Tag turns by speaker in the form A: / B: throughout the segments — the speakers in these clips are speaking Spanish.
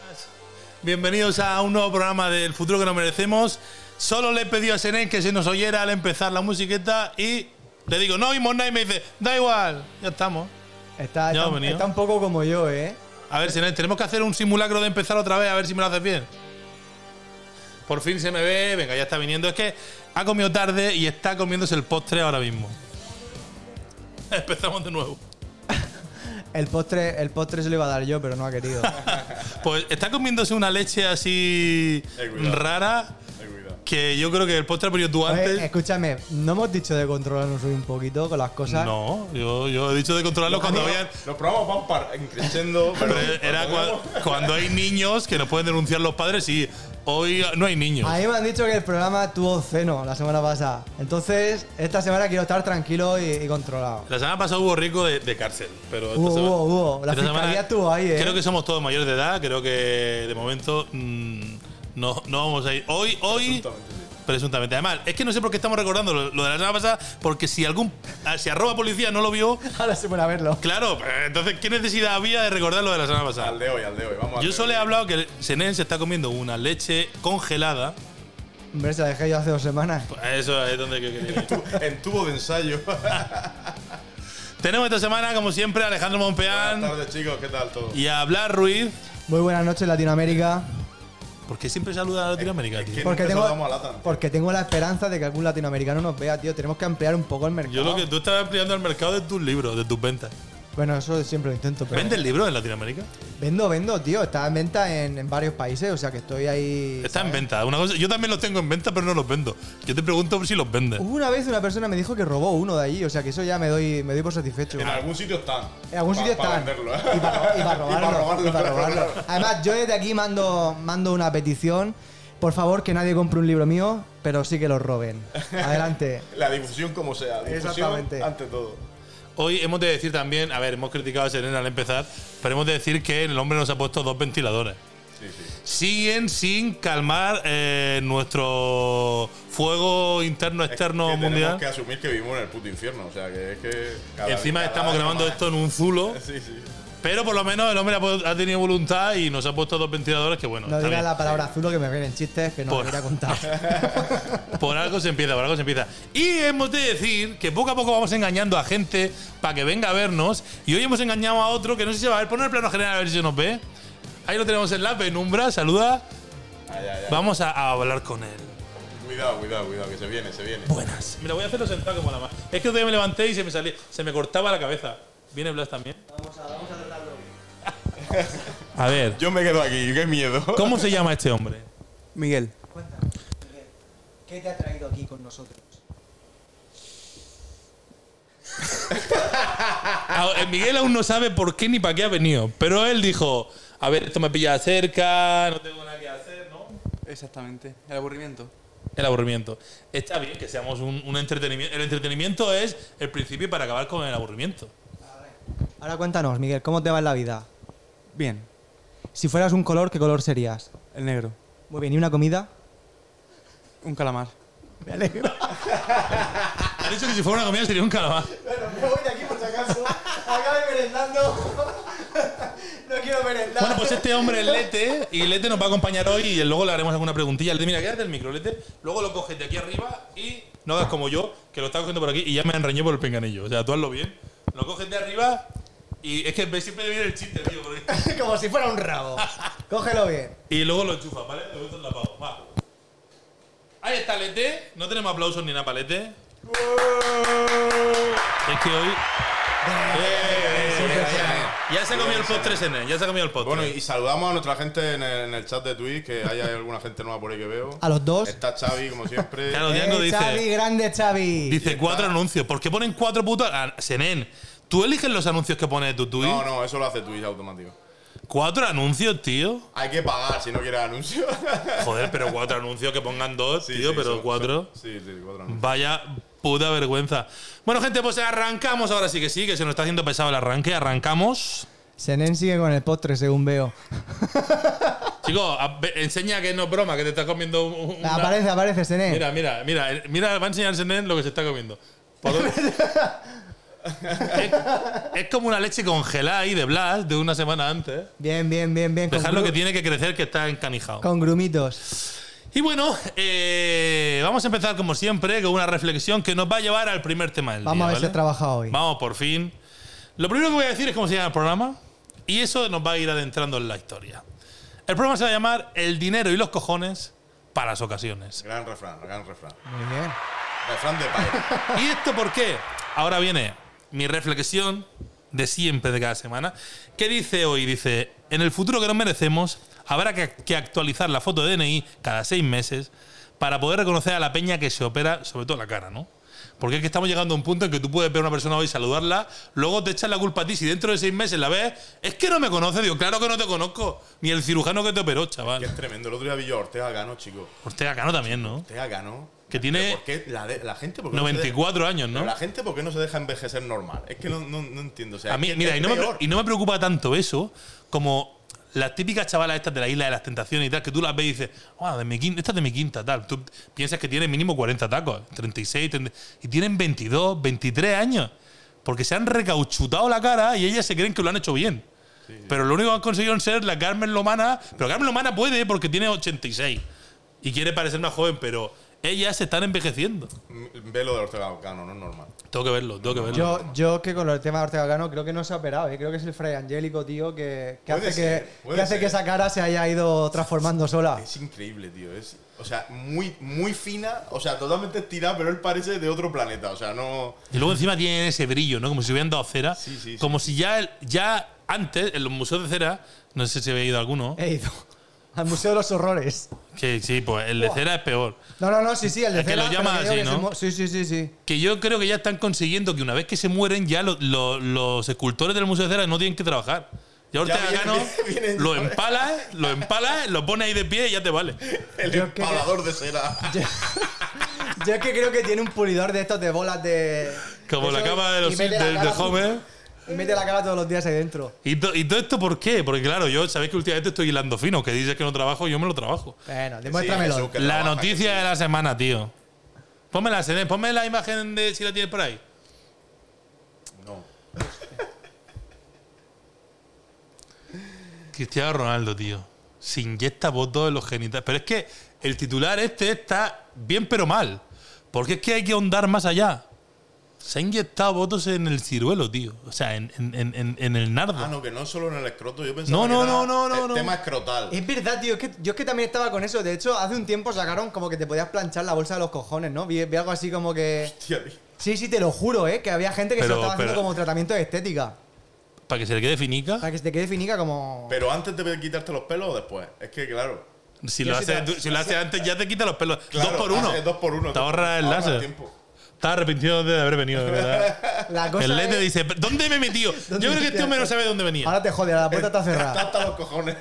A: buenas. Bienvenidos a un nuevo programa del futuro que nos merecemos. Solo le he pedido a Senen que se nos oyera al empezar la musiqueta y le digo, no oímos nada y me dice, da igual, ya estamos.
B: Está,
A: Ya ha
B: está,
A: venido.
B: está un poco como yo, ¿eh?
A: A ver, Senen, tenemos que hacer un simulacro de empezar otra vez, a ver si me lo haces bien. Por fin se me ve, venga, ya está viniendo. Es que ha comido tarde y está comiéndose el postre ahora mismo. Empezamos de nuevo.
B: El postre, el postre se lo iba a dar yo, pero no ha querido.
A: Pues está comiéndose una leche así
C: Eh, cuidado.
A: rara
C: Ten cuidado.
A: que yo creo que el postre pero tú antes.
B: Oye, escúchame, ¿no hemos dicho de controlarnos hoy un poquito con las cosas?
A: no, yo, yo he dicho de controlarlos cuando habían.
C: Los programas van par- en creciendo, pero.
A: Pero era cua- cuando, hay niños que nos pueden denunciar los padres y hoy no hay niños.
B: A mí me han dicho que el programa tuvo ceno la semana pasada. Entonces, esta semana quiero estar tranquilo y, y controlado.
A: La semana pasada hubo rico de, de cárcel, pero esta
B: Hubo,
A: semana-
B: hubo, hubo. La
A: esta semana
B: fiscalía estuvo ahí, ¿eh?
A: Creo que somos todos mayores de edad, creo que de momento mm, no, no vamos a ir. Hoy, hoy.
C: Absolutamente, sí.
A: Presuntamente. Además, es que no sé por qué estamos recordando lo, lo de la semana pasada, porque si algún. Si arroba policía no lo vio,
B: Ahora se pone a verlo.
A: claro, pues, entonces, ¿qué necesidad había de recordar lo de la semana
C: Al
A: pasada?
C: de hoy, al de hoy. Vamos al
A: Yo
C: de
A: solo he
C: hoy.
A: hablado que Senén se está comiendo una leche congelada.
B: Hombre, se la dejé yo hace dos semanas.
A: Pues Eso es donde yo quería ir.
C: En tubo de ensayo. Buenas
A: Tenemos esta semana, como siempre, a Alejandro Monpeán
C: tardes, chicos. ¿Qué tal todo?
A: y a Blas Ruiz.
B: Muy buenas noches, Latinoamérica.
A: ¿Por qué siempre saluda a Latinoamérica,
C: es
A: tío?
C: que-
B: Porque
C: nunca
B: tengo,
C: saludamos a Latam.
B: porque tengo la esperanza de que algún latinoamericano nos vea, tío. Tenemos que ampliar un poco el mercado.
A: Yo lo que tú estabas ampliando el mercado de tus libros, de tus ventas.
B: Bueno, eso siempre lo intento. Pero
A: ¿Vendes libros en Latinoamérica?
B: Vendo, vendo, tío. Está en venta en, en varios países, o sea que estoy ahí.
A: Está en
C: ¿eh?
B: ¿sabes?
A: venta. Una cosa, yo también los tengo en venta, pero no los vendo. Yo te pregunto si los vendes.
C: Uh.
B: Hubo Una vez una persona me dijo que robó uno de allí, o sea que eso ya me doy, me doy por satisfecho.
C: En algún sitio están.
B: En algún
C: Pa-
B: sitio
C: Para
B: están.
C: venderlo. ¿eh?
B: Y para, y para robarlo.
C: robarlo,
B: y para robarlo. Además, yo desde aquí mando, mando una petición. Por favor, que nadie compre un libro mío, pero sí que los roben. Adelante.
C: La difusión como sea. Difusión
B: Exactamente.
C: Ante todo.
A: Hoy hemos de decir también, a ver, hemos criticado a Serena al empezar, pero hemos de decir que el hombre nos ha puesto dos ventiladores.
C: Sí, sí.
A: Siguen sin calmar eh, nuestro fuego interno,
C: Es
A: externo,
C: que
A: Este mundial.
C: Tenemos que asumir que vivimos en el puto infierno. O sea, que es que. cada-
A: Encima
C: cada
A: estamos
C: año
A: grabando
C: más.
A: esto en un zulo,
C: Sí, sí.
A: pero por lo menos el hombre ha pod- ha tenido voluntad y nos ha puesto dos ventiladores que bueno,
B: No
A: está
B: digas
A: bien.
B: la palabra azul que me vienen chistes que no
A: Por-
B: me voy a contar.
A: Por algo se empieza, por algo se empieza. Y hemos de decir que poco a poco vamos engañando a gente para que venga a vernos. Y hoy hemos engañado a otro que no sé si se va a ver. Poner el plano general a ver si se nos ve. Ahí lo tenemos en la penumbra. Saluda.
C: Ay, ay, ay.
A: Vamos a, a hablar con él.
C: Cuidado, cuidado, cuidado. Que se viene, se viene.
A: Buenas. Mira, voy a hacerlo sentado como la más. Es que otro día me levanté y se me salía, se me cortaba la cabeza. ¿Viene Blas también? Vamos a, tratarlo bien. a ver,
C: Yo me quedo aquí. Qué miedo.
A: ¿cómo se llama este hombre?
D: Miguel,
B: ¿Qué te ha traído aquí con nosotros?
A: Ah, eh, Miguel aún no sabe por qué ni para qué ha venido, pero él dijo, a ver, esto me pilla cerca, no tengo nada que hacer, ¿no?
D: exactamente. El aburrimiento.
A: El aburrimiento. Está bien que seamos un, entretenimiento. El entretenimiento es el principio para acabar con el aburrimiento.
B: Ahora cuéntanos, Miguel, ¿cómo te va en la vida?
D: Bien,
B: Si fueras un color, ¿qué color serías?
D: el negro.
B: Muy bien, ¿y una comida?
D: Un calamar.
B: Me alegro.
A: Ha dicho que si fuera una comida sería un calamar.
B: me voy de aquí por si acaso. Acabe merendando. No quiero merendar.
A: Bueno, pues este hombre es Lete y Lete nos va a acompañar hoy y luego le haremos alguna preguntilla. Lete, mira, quédate el micro, Lete. Luego lo coges de aquí arriba y no hagas como yo, que lo estaba cogiendo por aquí y ya me han reñido por el penganillo. O sea, tú hazlo bien. Lo coges de arriba y es que me- siempre me viene el chiste, tío. porque-
B: Como si fuera un rabo. Cógelo bien.
A: Y luego lo enchufas, ¿vale? Luego te lo apago. Va. Ahí está Lete. No tenemos aplausos ni nada para Lete. Es que hoy.
C: Eh,
A: Eh, Ya se ha comido el postre, Sene. Ya se ha comido el postre.
C: Bueno, y saludamos a nuestra gente en el, en el chat de Twitch, que hay alguna gente nueva por ahí que veo.
B: A los dos.
C: Está Xavi, como siempre.
A: Claro, Diango
B: Eh,
A: dice-
B: Xavi, grande Xavi.
A: Dice cuatro anuncios. ¿Por qué ponen cuatro putos? Ah, Senen, tú eliges los anuncios que pones de tu tweet.
C: No, no, eso lo hace Twitch automático.
A: Cuatro anuncios, tío.
C: Hay que pagar si no quieres anuncios.
A: Joder, pero cuatro anuncios que pongan dos,
C: Sí,
A: tío,
C: sí,
A: pero
C: son-
A: cuatro.
C: son- Sí, sí, cuatro anuncios.
A: Vaya puta vergüenza. Bueno, gente, pues arrancamos ahora sí que sí, que se nos está haciendo pesado el arranque. Arrancamos.
B: Senen sigue con el postre, según veo.
A: Chicos, a- ve- enseña que no es broma, que te estás comiendo un- un- una-
B: Aparece, aparece, Senen.
A: Mira, mira, mira, eh, mira, va a enseñar Senen lo que se está comiendo. Por- Es, es como una leche congelada ahí de Blas de una semana antes.
B: Bien, bien, bien, bien.
A: Dejar lo
B: gru-
A: que tiene que crecer, que está encanijado.
B: con grumitos.
A: Y bueno, eh, vamos a empezar como siempre con una reflexión que nos va a llevar al primer tema del
B: Vamos a
A: día.
B: ver si
A: ¿vale?
B: has trabajado hoy.
A: Vamos, por fin. Lo primero que voy a decir es cómo se llama el programa y eso nos va a ir adentrando en la historia. El programa se va a llamar El dinero y los cojones para las ocasiones.
C: Gran refrán, gran refrán.
B: Muy bien.
C: Refrán de padre.
A: ¿Y esto por qué? Ahora viene mi reflexión de siempre, de cada semana, que dice hoy, dice, en el futuro que nos merecemos, habrá que, que actualizar la foto de DNI cada seis meses para poder reconocer a la peña que se opera, sobre todo la cara, ¿no? Porque es que estamos llegando a un punto en que tú puedes ver a una persona hoy, saludarla, luego te echan la culpa a ti. Si dentro de seis meses la ves, es que no me conoce. Digo, claro que no te conozco. Ni el cirujano que te operó,
C: Que es
A: chaval.
C: tremendo. El otro día vi yo a Ortega Gano, chico.
A: Ortega Cano también, ¿no?
C: Ortega Gano.
A: Que tiene
C: Pero ¿Por qué la, de- la gente? por qué no se deja-
A: 94 años, ¿no?
C: Pero la gente, ¿por qué no se deja envejecer normal? Es que no, no- no entiendo. O sea,
A: A
C: es
A: mí,
C: que
A: mira,
C: es
A: y no, me,
C: peor.
A: y no me preocupa tanto eso como las típicas chavalas estas de la isla de las tentaciones y tal, que tú las ves y dices, "Guau, de mi quinta, esta es de mi quinta, tal. Tú piensas que tienen mínimo 40 tacos, 36, 30 y tienen 22, 23 años, porque se han recauchutado la cara y ellas se creen que lo han hecho bien. Pero lo único que han conseguido ser la Carmen Lomana, pero Carmen Lomana puede porque tiene 86 y quiere parecer más joven, pero ellas se están envejeciendo.
C: M- Ve lo de Ortega Gano, no es normal.
A: Tengo que verlo, tengo que verlo.
B: Yo, yo que con el tema de Ortega Cano creo que no se ha operado, ¿eh? creo que es el Fray Angélico, tío, que, que
C: Puede
B: hace,
C: ser,
B: que,
C: puede
B: que hace
C: ser.
B: que esa cara se haya ido transformando sola.
C: Es increíble, tío. Es, o sea, muy, muy fina, o sea, totalmente estirada, pero él parece de otro planeta. O sea, no.
A: Y luego encima tienen ese brillo, ¿no? Como si hubieran dado cera.
C: Sí, sí, sí.
A: Como si ya, el- ya antes, en los museos de cera, no sé si habéis ido a alguno,
B: He ido al Museo de los Horrores.
A: que sí, pues el de cera es peor.
B: No, no, no, sí, sí, el de
A: Es que
B: Cela,
A: lo llama
B: pero digo
A: así,
B: que se
A: ¿no?
B: mu- Sí, sí, sí, sí.
A: Que yo creo que ya están consiguiendo que una vez que se mueren, ya lo- lo- los escultores del Museo de Cera no tienen que trabajar. Ya Ortega
C: vienen-
A: Cano
C: vienen-
A: lo empalas, lo empalas, lo pones ahí de pie y ya te vale.
C: El
B: Yo es que-
C: empalador de cera.
B: Yo es que creo que tiene un pulidor de estos de bolas de.
A: Como la
B: eso,
A: cama de los
B: y mete
A: Sims
B: la
A: del- de,
B: cara todo-
A: Homer.
B: Y mete la cara todos los días ahí dentro.
A: ¿Y, to- ¿Y todo esto por qué? Porque claro, yo sabéis que últimamente estoy hilando fino, que dices que no trabajo, yo me lo trabajo.
B: Bueno, demuéstramelo.
C: Sí, Jesús, que
A: La
C: trabaja, que
A: noticia de la semana, tío. Ponme la, escena, ponme la imagen de si la tienes por ahí.
C: sí. No.
A: Cristiano Ronaldo, tío. Se inyecta votos en los genitales. Pero es que el titular este está bien pero mal. Porque es que hay que ahondar más allá. Se ha inyectado votos en el ciruelo, tío. O sea, en, en- en- en- en el nardo.
C: Ah, no, que no solo en el escroto. Yo pensaba
A: No,
C: que
A: no,
C: era
A: no, no, no, Eh.
C: el
A: no.
C: tema escrotal.
B: Es verdad, tío. Es que, yo es que también estaba con eso. De hecho, hace un tiempo sacaron como que te podías planchar la bolsa de los cojones, ¿no? Vi, vi algo así como que.
C: Hostia, tío.
B: Sí, sí, te lo juro, ¿eh? Que había gente que se
A: Pero-
B: lo estaba haciendo
A: pero-
B: como tratamiento de estética.
A: Para que se le quede finica.
B: Para que se te quede finica como.
C: Pero antes de quitarte los pelos o después. Es que, claro.
A: Si lo
B: Yo sí
A: haces
B: te-
A: tú- si lo haces antes, ya te quita los pelos.
C: Claro,
A: dos por uno.
C: haces dos por uno.
A: Te ahorras el
C: Ahorras
A: láser.
C: tiempo.
A: Estaba arrepentido de haber venido, de verdad.
B: La cosa
A: El
B: es-
A: Lete dice, ¿dónde me he metido? Yo
B: ¿Dónde
A: creo que
B: te
A: este hombre no sabe dónde venía. Eh,
B: Ahora te jode, la puerta está cerrada.
C: Está hasta los cojones.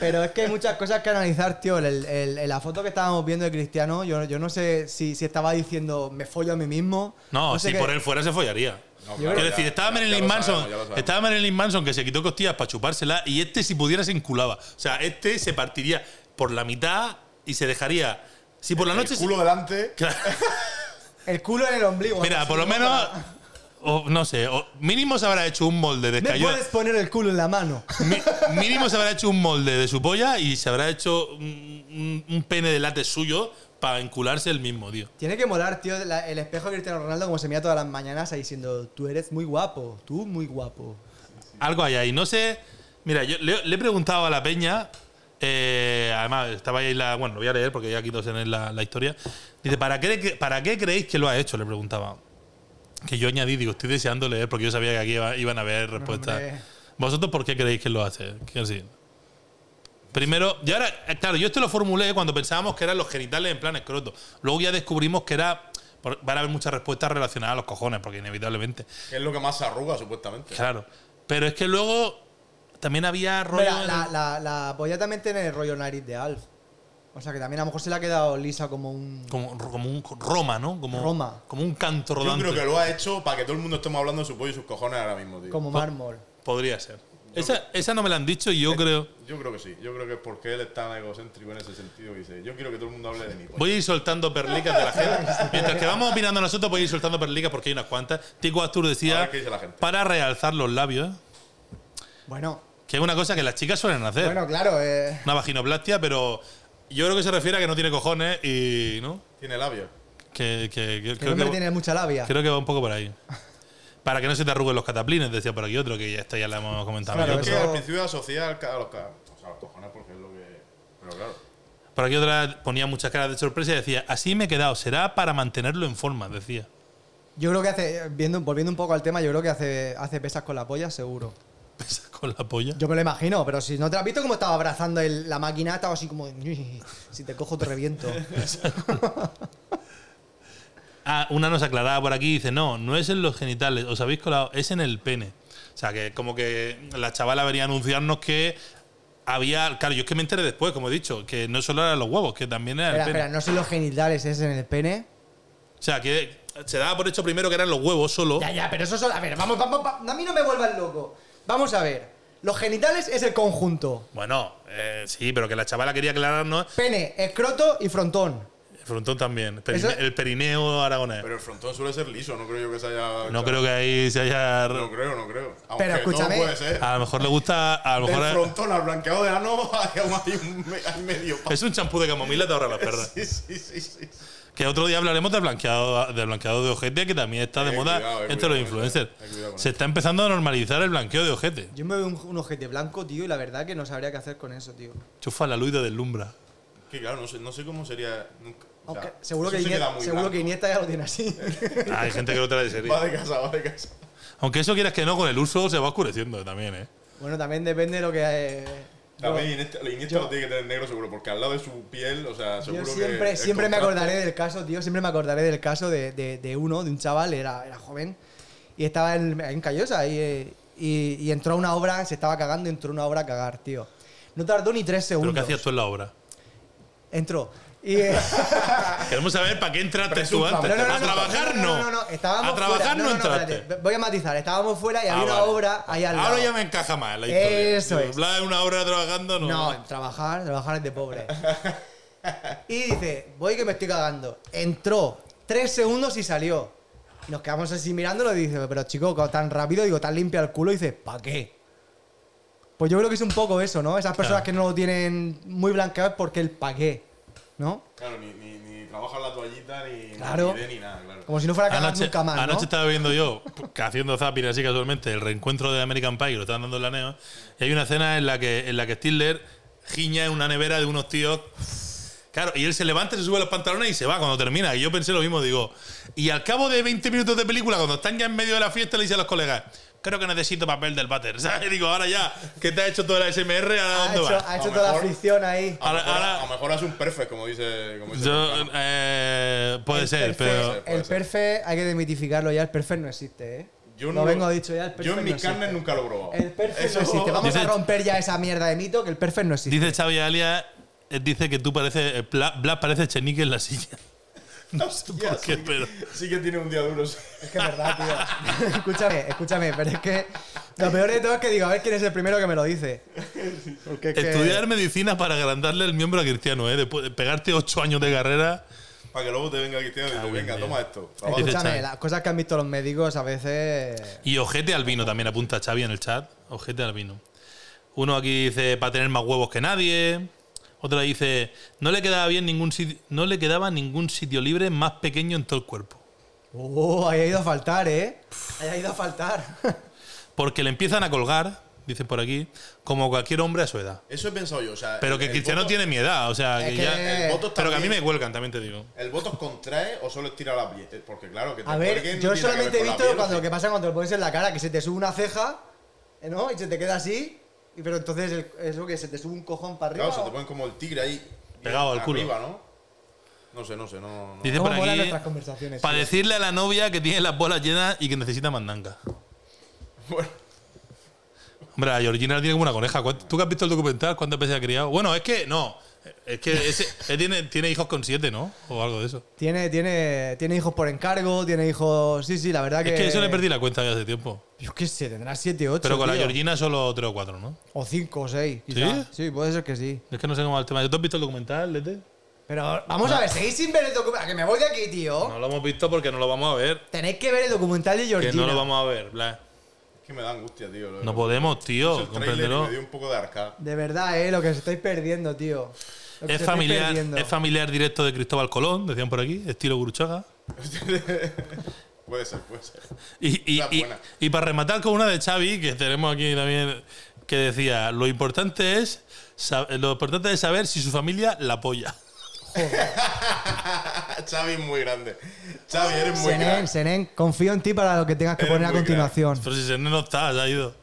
B: Pero es que hay muchas cosas que analizar, tío. El- el- el- la foto que estábamos viendo de Cristiano, yo, yo no sé si, si estaba diciendo me follo a mí mismo.
A: No, si
B: sé qué-
A: por él fuera se follaría.
C: No,
B: Yo
C: claro,
A: Quiero
C: ya,
A: decir, estaba
C: ya, ya
A: Marilyn
C: lo
A: Manson,
C: sabemos, ya lo sabemos.
A: estaba Marilyn Manson que se quitó costillas para chupársela y este si pudiera se enculaba. O sea, este se partiría por la mitad y se dejaría. Si por la noche
C: El culo delante.
A: Claro.
B: El culo en el ombligo.
A: Mira,
B: ¿no?
A: por lo
B: Sí, ¿no?
A: menos
B: Para-
A: o no sé, o mínimo se habrá hecho un molde de
B: Me
A: escayola.
B: puedes poner el culo en la mano.
A: Mi- mínimo se habrá hecho un molde de su polla y se habrá hecho un, un- un pene de late suyo para encularse el mismo, tío.
B: Tiene que molar, tío, la- el espejo de Cristiano Ronaldo como se mira todas las mañanas ahí diciendo tú eres muy guapo, tú muy guapo.
A: Algo hay ahí. No sé. Mira, yo le, le he preguntado a la peña. eh, además, estaba ahí la. Bueno, lo voy a leer porque ya aquí todos tenéis la, la historia. Dice, ¿para qué, cre- ¿para qué creéis que lo ha hecho? Le preguntaba. Que yo añadí, digo, estoy deseando leer porque yo sabía que aquí iba- iban a haber respuestas.
B: Hombre.
A: ¿Vosotros por qué creéis que lo hace? Quiero decir, Primero, yo ahora, eh, claro, yo esto lo formulé cuando pensábamos que eran los genitales en plan escroto. Luego ya descubrimos que era. por- Van a haber muchas respuestas relacionadas a los cojones, porque inevitablemente.
C: Que es lo que más se arruga, supuestamente.
A: Claro. Pero es que luego también había rollo.
B: Mira, la, la, la polla también tiene el rollo nariz de Alf. O sea que también a lo mejor se le ha quedado lisa como un...
A: como, como un Roma, ¿no? Como,
B: Roma.
A: Como un canto
C: Yo
A: rodante.
C: creo que lo ha hecho para que todo el mundo estemos hablando de su pollo y sus cojones ahora mismo, tío.
B: como mármol.
A: Podría ser. Esa, esa no me la han dicho y yo creo.
C: Yo creo que sí. Yo creo que es porque él es tan egocéntrico en ese sentido que dice, yo quiero que todo el mundo hable de mí.
A: Voy a ir soltando perlicas de la gente. Mientras que vamos opinando nosotros, voy a ir soltando perlicas porque hay unas cuantas. Tico Astur
C: A
A: decía,
C: ver qué dice la gente.
A: para realzar los labios, ¿eh?
B: Bueno,
A: que es una cosa que las chicas suelen hacer.
B: bueno, claro. eh,
A: Una vaginoplastia, pero yo creo que se refiere a que no tiene cojones y. ¿No?
C: Tiene labios.
A: Que, que- que-
B: que el hombre tiene mucha labia.
A: Creo que va un poco por ahí. Para que no se te arruguen los cataplines, decía por aquí otro, que ya esto ya lo hemos comentado.
B: Claro,
A: Y otro.
C: Yo es que
B: eso-
C: al principio asocié al ca- a los, ca- o sea, a los cojones porque es lo que. Pero claro.
A: Por aquí otra ponía muchas caras de sorpresa y decía, así me he quedado, será para mantenerlo en forma, decía.
B: Yo creo que hace, viendo, volviendo un poco al tema, yo creo que hace, hace pesas con la polla, seguro.
A: Pesa con la polla.
B: Yo me lo imagino, pero si no te has visto cómo estaba abrazando el- la máquina, estaba así como. Si te cojo, te reviento.
A: Ah, una nos aclaraba por aquí, dice, no, no es en los genitales, os habéis colado, es en el pene. O sea, que como que la chavala venía a anunciarnos que había, claro, yo es que me enteré después, como he dicho, que no solo eran los huevos, que también era el
B: espera,
A: pene.
B: espera, no son los genitales, es en el pene.
A: O sea, que se daba por hecho primero que eran los huevos solo.
B: Ya, ya, pero eso son. A ver, vamos, vamos, va- A mí no me vuelvas loco. Vamos a ver. Los genitales es el conjunto:
A: Bueno, eh, sí, pero que la chavala quería aclararnos
B: pene, escroto y frontón.
A: El frontón también. Peri-
B: Eso-
A: El perineo aragonés.
C: Pero el frontón suele ser liso, no creo yo que se haya.
A: no creo que ahí se haya.
C: No creo, no creo. Aunque
B: Pero escúchame.
C: Todo puede ser.
A: A lo mejor le gusta. A lo
C: Del
A: mejor
C: frontón al blanqueado de ano hay, un- hay un me- hay medio paso.
A: es un champú de camomila te ahorra las perras.
C: Sí, sí, sí, sí.
A: Que otro día hablaremos del blanqueado, del blanqueado de ojete, que también está de
C: Eh,
A: moda
C: cuidado, eh,
A: entre
C: cuidado,
A: los influencers.
C: eh, cuidado con
A: se
C: eso.
A: está empezando a normalizar el blanqueo de ojete.
B: Yo me veo un, un ojete blanco, tío, y la verdad que no sabría qué hacer con eso, tío.
A: Chufa la luz de deslumbra.
C: Que claro, no sé, no sé cómo sería nunca. O sea,
B: Aunque seguro, que
C: eso se queda
B: Iniesta,
C: muy
B: seguro que
C: blanco.
B: Iniesta ya lo tiene así.
A: Hay gente que lo trae de serie.
C: Va de casa, va de casa.
A: Aunque eso quieras que no, con el uso se va oscureciendo también, ¿eh?
B: bueno, también depende de lo que. eh,
C: También
B: yo-
C: este, Iniesta, Iniesta
B: yo-
C: lo tiene que tener negro seguro, porque al lado de su piel, o sea, seguro
B: Yo
C: que.
B: siempre,
C: el
B: siempre me
C: contraste-
B: acordaré del caso, tío. Siempre me acordaré del caso de, de- de uno, de un chaval, era, era joven, y estaba en, en Callosa y, eh, y- y entró a una obra, se estaba cagando, entró a una obra a cagar, tío. No tardó ni tres
A: Pero
B: segundos.
A: ¿qué hacías tú en la obra?
B: Entró. Y, eh,
A: Queremos saber para qué entraste tú
C: Presuntamente.
A: antes. ¿A trabajar no?
B: No, no, no, estábamos
A: ¿A trabajar
B: fuera.
A: no, entraste?
B: espérate, voy a matizar, estábamos fuera y
A: Ah,
B: había una
A: vale.
B: obra ahí al lado.
A: Ahora ya me encaja más la historia.
B: Eso es.
A: Hablar de una hora trabajando no.
B: No, trabajar, trabajar es de pobre. Y dice, voy que me estoy cagando. Entró, tres segundos y salió. Y nos quedamos así mirándolo y dice, pero chico, co- tan rápido, digo, tan limpia el culo. Y dice, ¿para qué? Pues yo creo que es un poco eso, ¿no? Esas personas
A: Claro.
B: que no lo tienen muy blanqueado es porque el pa' qué, ¿no?
C: Claro, ni, ni, ni trabaja la toallita, ni,
B: Claro.
C: ni idea, ni nada, claro.
B: Como si no fuera a cagar
A: Anoche,
B: nunca más,
A: anoche
B: ¿no?
A: estaba viendo yo, que haciendo zapping así casualmente, el reencuentro de American Pie, que lo están dando en la neo. Y hay una escena en la que, en la que Stilder giña en una nevera de unos tíos. Claro, y él se levanta, se sube los pantalones y se va cuando termina. Y yo pensé lo mismo, digo. Y al cabo de 20 minutos de película, cuando están ya en medio de la fiesta, le dice a los colegas, creo que necesito papel del váter. ¿Sabes? Digo, ahora ya, que te ha hecho toda la SMR, ¿a
B: Ha
A: dónde
B: hecho,
A: vas?
B: ha hecho
C: A lo
B: toda la
C: mejor-
B: fricción ahí.
C: A lo
A: Ahora-
C: mejor-
A: ahora-
C: a lo mejor hace un perfect, como dice. Como dice
A: Yo,
C: Volcano.
A: eh, puede
B: El
A: ser,
B: perfect-
A: pero...
C: ser, Este puede
B: El
C: ser.
B: perfect hay que demitificarlo ya, el perfect no existe, ¿eh?
C: Yo
B: lo
C: no-
B: vengo dicho ya, el perfect
C: Yo en
B: no
C: mis carnes
B: existe.
C: nunca lo he probado.
B: El perfect
C: Eso-
B: no existe. Vamos
A: Dice-
B: a romper ya esa mierda de mito que el perfect no existe.
A: Dice Xavi Alia, eh, dice que tú pareces, eh, Pla- Blas parece chenique en la silla. No sé
C: Hostia,
A: por qué,
C: sí que-
A: pero...
C: Sí que tiene un día duro. sí.
B: Es que es verdad, tío. escúchame, escúchame, pero es que lo peor de todo es que digo, a ver quién es el primero que me lo dice. Porque es que-
A: Estudiar medicina para agrandarle el miembro a Cristiano, ¿eh? Después de pegarte ocho años de carrera...
C: Para que luego te venga Cristiano y
A: Ah,
C: te
A: bien,
C: venga,
A: bien.
C: toma esto. trabaja.
A: dice
B: Escúchame,
A: Xavi.
B: las cosas que han visto los médicos a veces.
A: Y ojete al vino también, apunta Xavi en el chat. Ojete al vino. Uno aquí dice, para tener más huevos que nadie. Otra dice, no le quedaba bien ningún sitio, no le quedaba ningún sitio libre más pequeño en todo el cuerpo.
B: Oh, ahí ha ido a faltar, ¿eh? Ahí ha ido a faltar.
A: Porque le empiezan a colgar, dicen por aquí, como cualquier hombre a su edad.
C: Eso he pensado yo. O sea,
A: Pero que
C: el
A: Cristiano
C: voto-
A: tiene mi edad, o sea,
B: Es
A: que
B: que-
A: ya...
C: El
B: Eh,
C: voto
A: Pero que a mí
C: también-
A: me cuelgan, también te digo.
C: ¿El voto contrae o solo estira la piel? Eh, Porque claro, que te
B: A ver,
C: cuelguen
B: yo
C: no tiene nada que
B: solamente he
C: ver con la
B: visto
C: piel,
B: cuando
C: o
B: lo que
C: sea.
B: pasa cuando te lo pones en la cara, que se te sube una ceja, ¿eh, ¿no? Y se te queda así. y- Pero entonces, el- eso que se te sube un cojón para arriba.
C: Claro, se te
B: ¿o?
C: ponen como el tigre ahí.
A: Pegado al culo.
C: Arriba, ¿no? No sé, no sé, no. no.
A: Dice
B: ¿Cómo
A: por
B: molan
A: aquí,
B: nuestras conversaciones?
A: para
B: tío?
A: decirle a la novia que tiene las bolas llenas y que necesita mandanga.
C: Bueno,
A: Hombre, la Georgina tiene como una coneja. ¿Cuánto- ¿Tú que has visto el documental? ¿Cuántas veces ha criado? Bueno, es que no. Es que ese, él tiene, tiene hijos con siete, ¿no? O algo de eso.
B: Tiene, tiene, tiene hijos por encargo, tiene hijos. Sí, sí, la verdad que.
A: Es que eso le perdí la cuenta ya hace tiempo.
B: Yo qué sé, tendrá 7, 8.
A: Pero con la Georgina solo tres o cuatro, ¿no?
B: O 5 o 6. ¿Sí? sí, puede ser que sí.
A: Es que no sé cómo va el tema. ¿Tú has visto el documental, Lete?
B: Pero vamos a ver, seguís sin ver el documental. Que me voy de aquí, tío.
A: Ah. No lo hemos visto porque no lo vamos a ver.
B: Tenéis que ver el documental de
A: Que
B: Georgina.
A: no lo vamos a ver, Blas.
C: Es que me da angustia, tío. lo-
A: No podemos,
C: Eso
A: tío.
C: el tráiler y
A: Compréndelo.
C: Me dio un poco de arcada.
B: De verdad, eh, lo que os estáis perdiendo, tío. Lo que os
A: Es
B: estáis
A: familiar,
B: perdiendo.
A: es familiar directo de Cristóbal Colón, decían por aquí, estilo Guruchaga.
C: Puede ser, puede ser.
A: Y, y-
C: Una
A: y-
C: buena.
A: y para rematar con una de Xavi, que tenemos aquí también, que decía, lo importante es sa- lo importante es saber si su familia la apoya.
C: Ah, Xavi es muy grande. Xavi, eres muy
B: Senén,
C: grande.
B: Senén, confío en ti para lo que tengas que
C: Eres
B: poner a
C: muy
B: continuación.
A: Pero si se no está, se ha ido.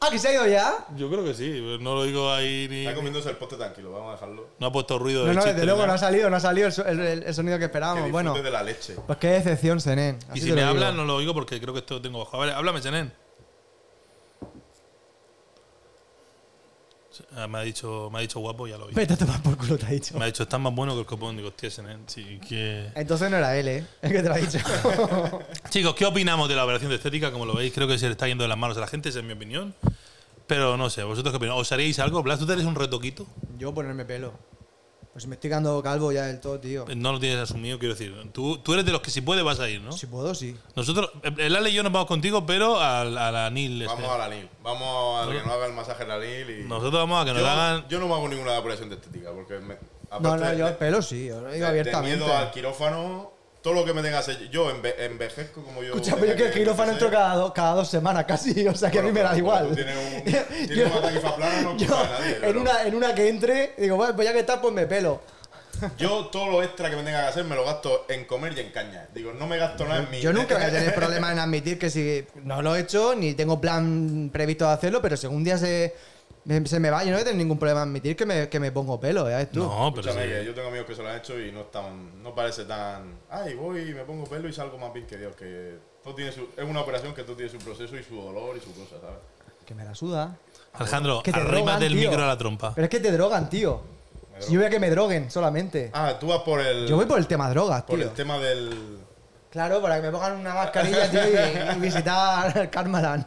B: Ah, que se ha ido ya.
A: Yo creo que sí, no lo digo ahí ni...
C: Está comiéndose el poste tranquilo, vamos a dejarlo.
A: No ha puesto ruido
B: No,
A: de
B: no,
A: chiste
B: desde
A: ni
B: luego no
A: nada.
B: ha salido, no ha salido el, su- el- el- el sonido que
C: Que
B: esperábamos.
C: disfrute
B: Bueno,
C: de la leche.
B: pues qué decepción, Senén.
A: Y
B: Así
A: si
B: te lo
A: me
B: digo.
A: hablan, no lo oigo porque creo que esto tengo bajado. Vale, háblame, Chenen. Ah, Me ha dicho, me ha dicho guapo, ya lo vi.
B: Vete a tomar por culo, te ha dicho.
A: Me ha dicho, estás más bueno que el copón. Digo, hostia, Chenen, sí, que...
B: Entonces no era él, ¿eh? Es que te lo ha dicho.
A: Chicos, ¿qué opinamos de la operación de estética? Como lo veis, creo que se le está yendo de las manos a la gente, esa es mi opinión. Pero no sé, ¿vosotros qué opináis? ¿Os haríais algo? Blas, ¿tú te eres un retoquito?
B: Yo ponerme pelo. Pues me estoy quedando calvo ya del todo, tío.
A: No lo tienes asumido, quiero decir. Tú, tú eres de los que si puede vas a ir, ¿no?
B: Si puedo, sí.
A: Nosotros, el Ale y yo nos vamos contigo, pero al- a, la NIL. este.
C: Vamos a la Lil. Vamos a que nos haga el masaje la Lil y.
A: Nosotros vamos a que nos
C: yo,
A: hagan...
C: yo no me hago ninguna operación de estética porque me.
B: No,
C: aparte
B: no,
C: de-
B: yo
C: de-
B: el pelo sí, os lo digo
C: de- de
B: abiertamente.
C: miedo al quirófano, todo lo que me tenga que hacer. Yo enve- envejezco como yo.
B: Escucha,
C: tenga
B: pero yo que el quirófano
C: envejecer.
B: entro cada, dos- cada dos semanas casi, o sea que a mí me
C: Bueno,
B: da
C: pero
B: igual.
C: tú tienes un- tienes un ataque infraplano, no culpa de nadie,
B: en,
C: pero-
B: una, en una que entre, digo, bueno, pues ya que está, pues me pelo.
C: Yo todo lo extra que me tenga que hacer me lo gasto en comer y en caña. Digo, no me gasto nada en mi.
B: Yo nunca voy a tener problema en admitir que si no lo he hecho, ni tengo plan previsto de hacerlo, pero si un día se, me- se me va, yo no voy a tener ningún problema en admitir que me, que me pongo pelo, ¿ya ves tú?
A: No, pero
C: Escúchame,
A: sí.
C: que yo tengo amigos que se lo han hecho y no están, no parece tan. Ay, voy y me pongo pelo y salgo más bien que Dios. Que todo tiene su, es una operación que todo tiene su proceso y su dolor y su cosa, ¿sabes?
B: Que me la suda.
A: Alejandro,
B: Que te
A: arriba
B: drogan,
A: del
B: tío.
A: micro a la trompa.
B: Pero es que te drogan, tío.
C: drogan.
B: Yo voy a que me droguen solamente.
C: Ah, tú vas por el.
B: Yo voy por el tema drogas,
C: por
B: tío.
C: el tema del.
B: Claro, para que me pongan una mascarilla, tío, y, y visitar Carmalan.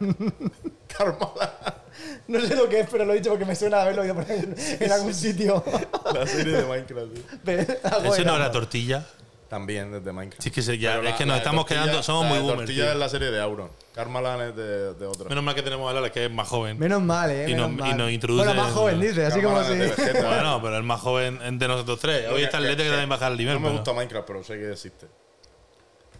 C: Carmada.
B: No sé lo que es, pero lo he dicho porque me suena haberlo oído por ahí en, en algún sitio.
C: La serie de Minecraft. sí.
A: Ese no era tortilla.
C: También desde Minecraft.
A: Sí, es que se- ya-
C: Pero
A: es que nos
C: de
A: estamos
C: tortilla-
A: quedando- somos
C: la
A: muy
C: de
A: boomer,
C: tortilla
A: tío.
C: es la serie de Auron. Carmalan es de, de otra.
A: Menos mal que tenemos a Ale, que es más joven.
B: Menos mal, eh.
A: Y
B: menos
A: nos- y
B: mal.
A: nos introduce
B: Bueno, más
A: en-
B: joven, dice, así como
C: Carmalan es de
B: si.
C: Vegeta.
A: Bueno, pero el más joven entre nosotros tres. Hoy está el Lete que también baja el nivel.
C: No me
A: pero-
C: gusta Minecraft, pero sé que existe.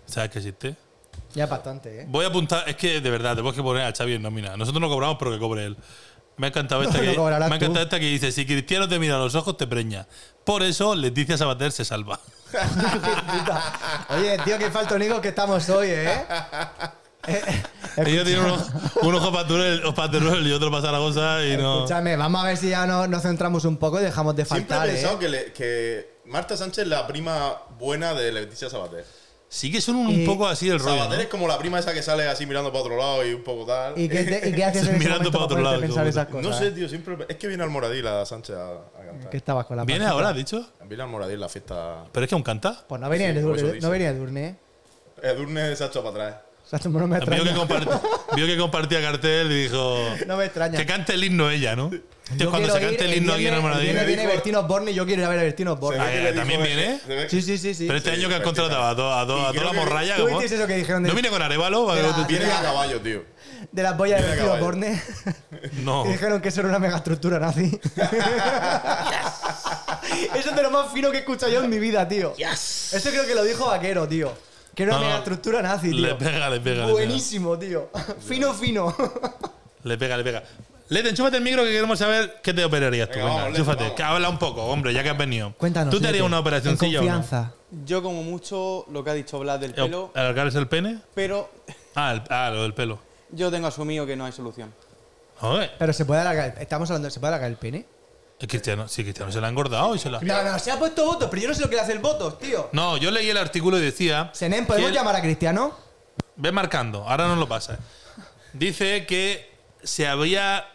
A: ¿Sabes que existe?
B: Ya es bastante, eh.
A: Voy a apuntar, es que de verdad, tenemos que poner a Xavi en nómina. Nosotros no cobramos, pero que cobre él. Me ha encantado esta,
B: No,
A: que,
B: no
A: me
B: cobrarás
A: ha encantado
B: tú.
A: esta que dice, si Cristiano te mira a los ojos, te preña. Por eso Leticia Sabater se salva.
B: Puta. Oye, tío, qué faltónicos que estamos hoy, eh. Eh, eh,
A: Ella tiene uno, un ojo para Teruel pa' Teruel y otro para Zaragoza y no...
B: Escúchame, vamos a ver si ya no- nos centramos un poco y dejamos de
C: Siempre he
B: faltar,
C: pensado
B: eh.
C: que, le- que Marta Sánchez es la prima buena de Leticia Sabater.
A: Sí que son un
B: Y-
A: poco así el rollo.
C: Sabater es como la prima esa que sale así mirando para otro lado y un poco tal. Eh,
B: ¿Y qué, te- y qué haces en ese
A: Mirando
B: momento
A: para
B: para
A: otro
B: ponerte
A: lado,
B: a pensar
A: hijo
B: esas
C: no
B: cosas?
C: sé, tío, siempre. Es que viene al Moradí la Sánchez a, a cantar.
B: Que estabas con la
A: ¿no? ¿Vienes
B: panza.
A: ahora, has dicho?
C: Viene al Moradí la fiesta.
A: Pero es que aún canta.
B: Pues no venía
C: Sí,
B: el
C: por eso
B: Durne,
C: dice.
B: no venía el Durne, eh.
C: Edurne se ha echado para atrás.
B: O sea, no me
A: Vio que,
B: extraña.
A: compart- vio que compartía cartel y dijo...
B: No me extraña.
A: Que cante el himno ella, ¿no? Que
B: Yo
A: cuando
B: quiero
A: se
B: ir
A: cante el himno aquí en el
B: viernes-
A: Almoradí.
B: viernes viene
C: Dijo-
B: Bertino Osborne y yo quiero ir a ver a Bertino
C: Se ve
B: Osborne.
A: Ah,
C: que
A: eh,
C: le dijo
A: ¿también
C: eso,
A: viene?
C: se ve-
B: Sí, sí, sí, sí.
A: Pero este
C: Sí,
A: año que han
C: Martín,
A: contratado a, to- a to- a toda la
C: Y creo que-
A: morralla.
B: tú
A: como-
B: dices eso que dijeron de-
A: ¿No vine con Arevalo?
B: de la-
A: Tú-
C: Viene a caballo, tío.
B: De las boyas de
C: Viene a
B: Bertino
C: caballo.
B: Osborne.
A: No.
B: Y dijeron que eso era una megaestructura nazi. eso es de lo más fino que he escuchado yo en mi vida, tío. Eso creo que lo dijo Vaquero, tío. Que era una
A: No, no.
B: megaestructura nazi, tío.
A: Le pega, le pega, le
B: Buenísimo, tío. fino, fino.
A: Le pega, le pega. Lete, enchúfate el micro que queremos saber qué te operarías tú.
C: Venga,
A: Venga,
C: vamos, Lete,
A: enchúfate.
C: vamos.
A: Que habla un poco, hombre, ya que has venido.
B: Cuéntanos.
A: ¿Tú te harías
B: Lete,
A: una operación
B: en confianza.
D: Yo como mucho lo que ha dicho Blas del
A: o no?
D: pelo,
A: ¿Alargar el pene?
D: pero
A: Ah, el- ah, lo del pelo.
D: yo tengo asumido que no hay solución.
A: Joder.
B: Pero se puede alargar. Estamos hablando, ¿se puede alargar el pene?
A: El Cristiano, sí, Cristiano se la ha engordado y se la.
B: No, no, se ha puesto votos, pero yo no sé lo que le hace el voto, tío.
A: No, yo leí el artículo y decía.
B: Senén,
A: que
B: ¿podemos
A: él-
B: llamar a Cristiano?
A: Ve marcando, ahora no lo pasa. Dice que se había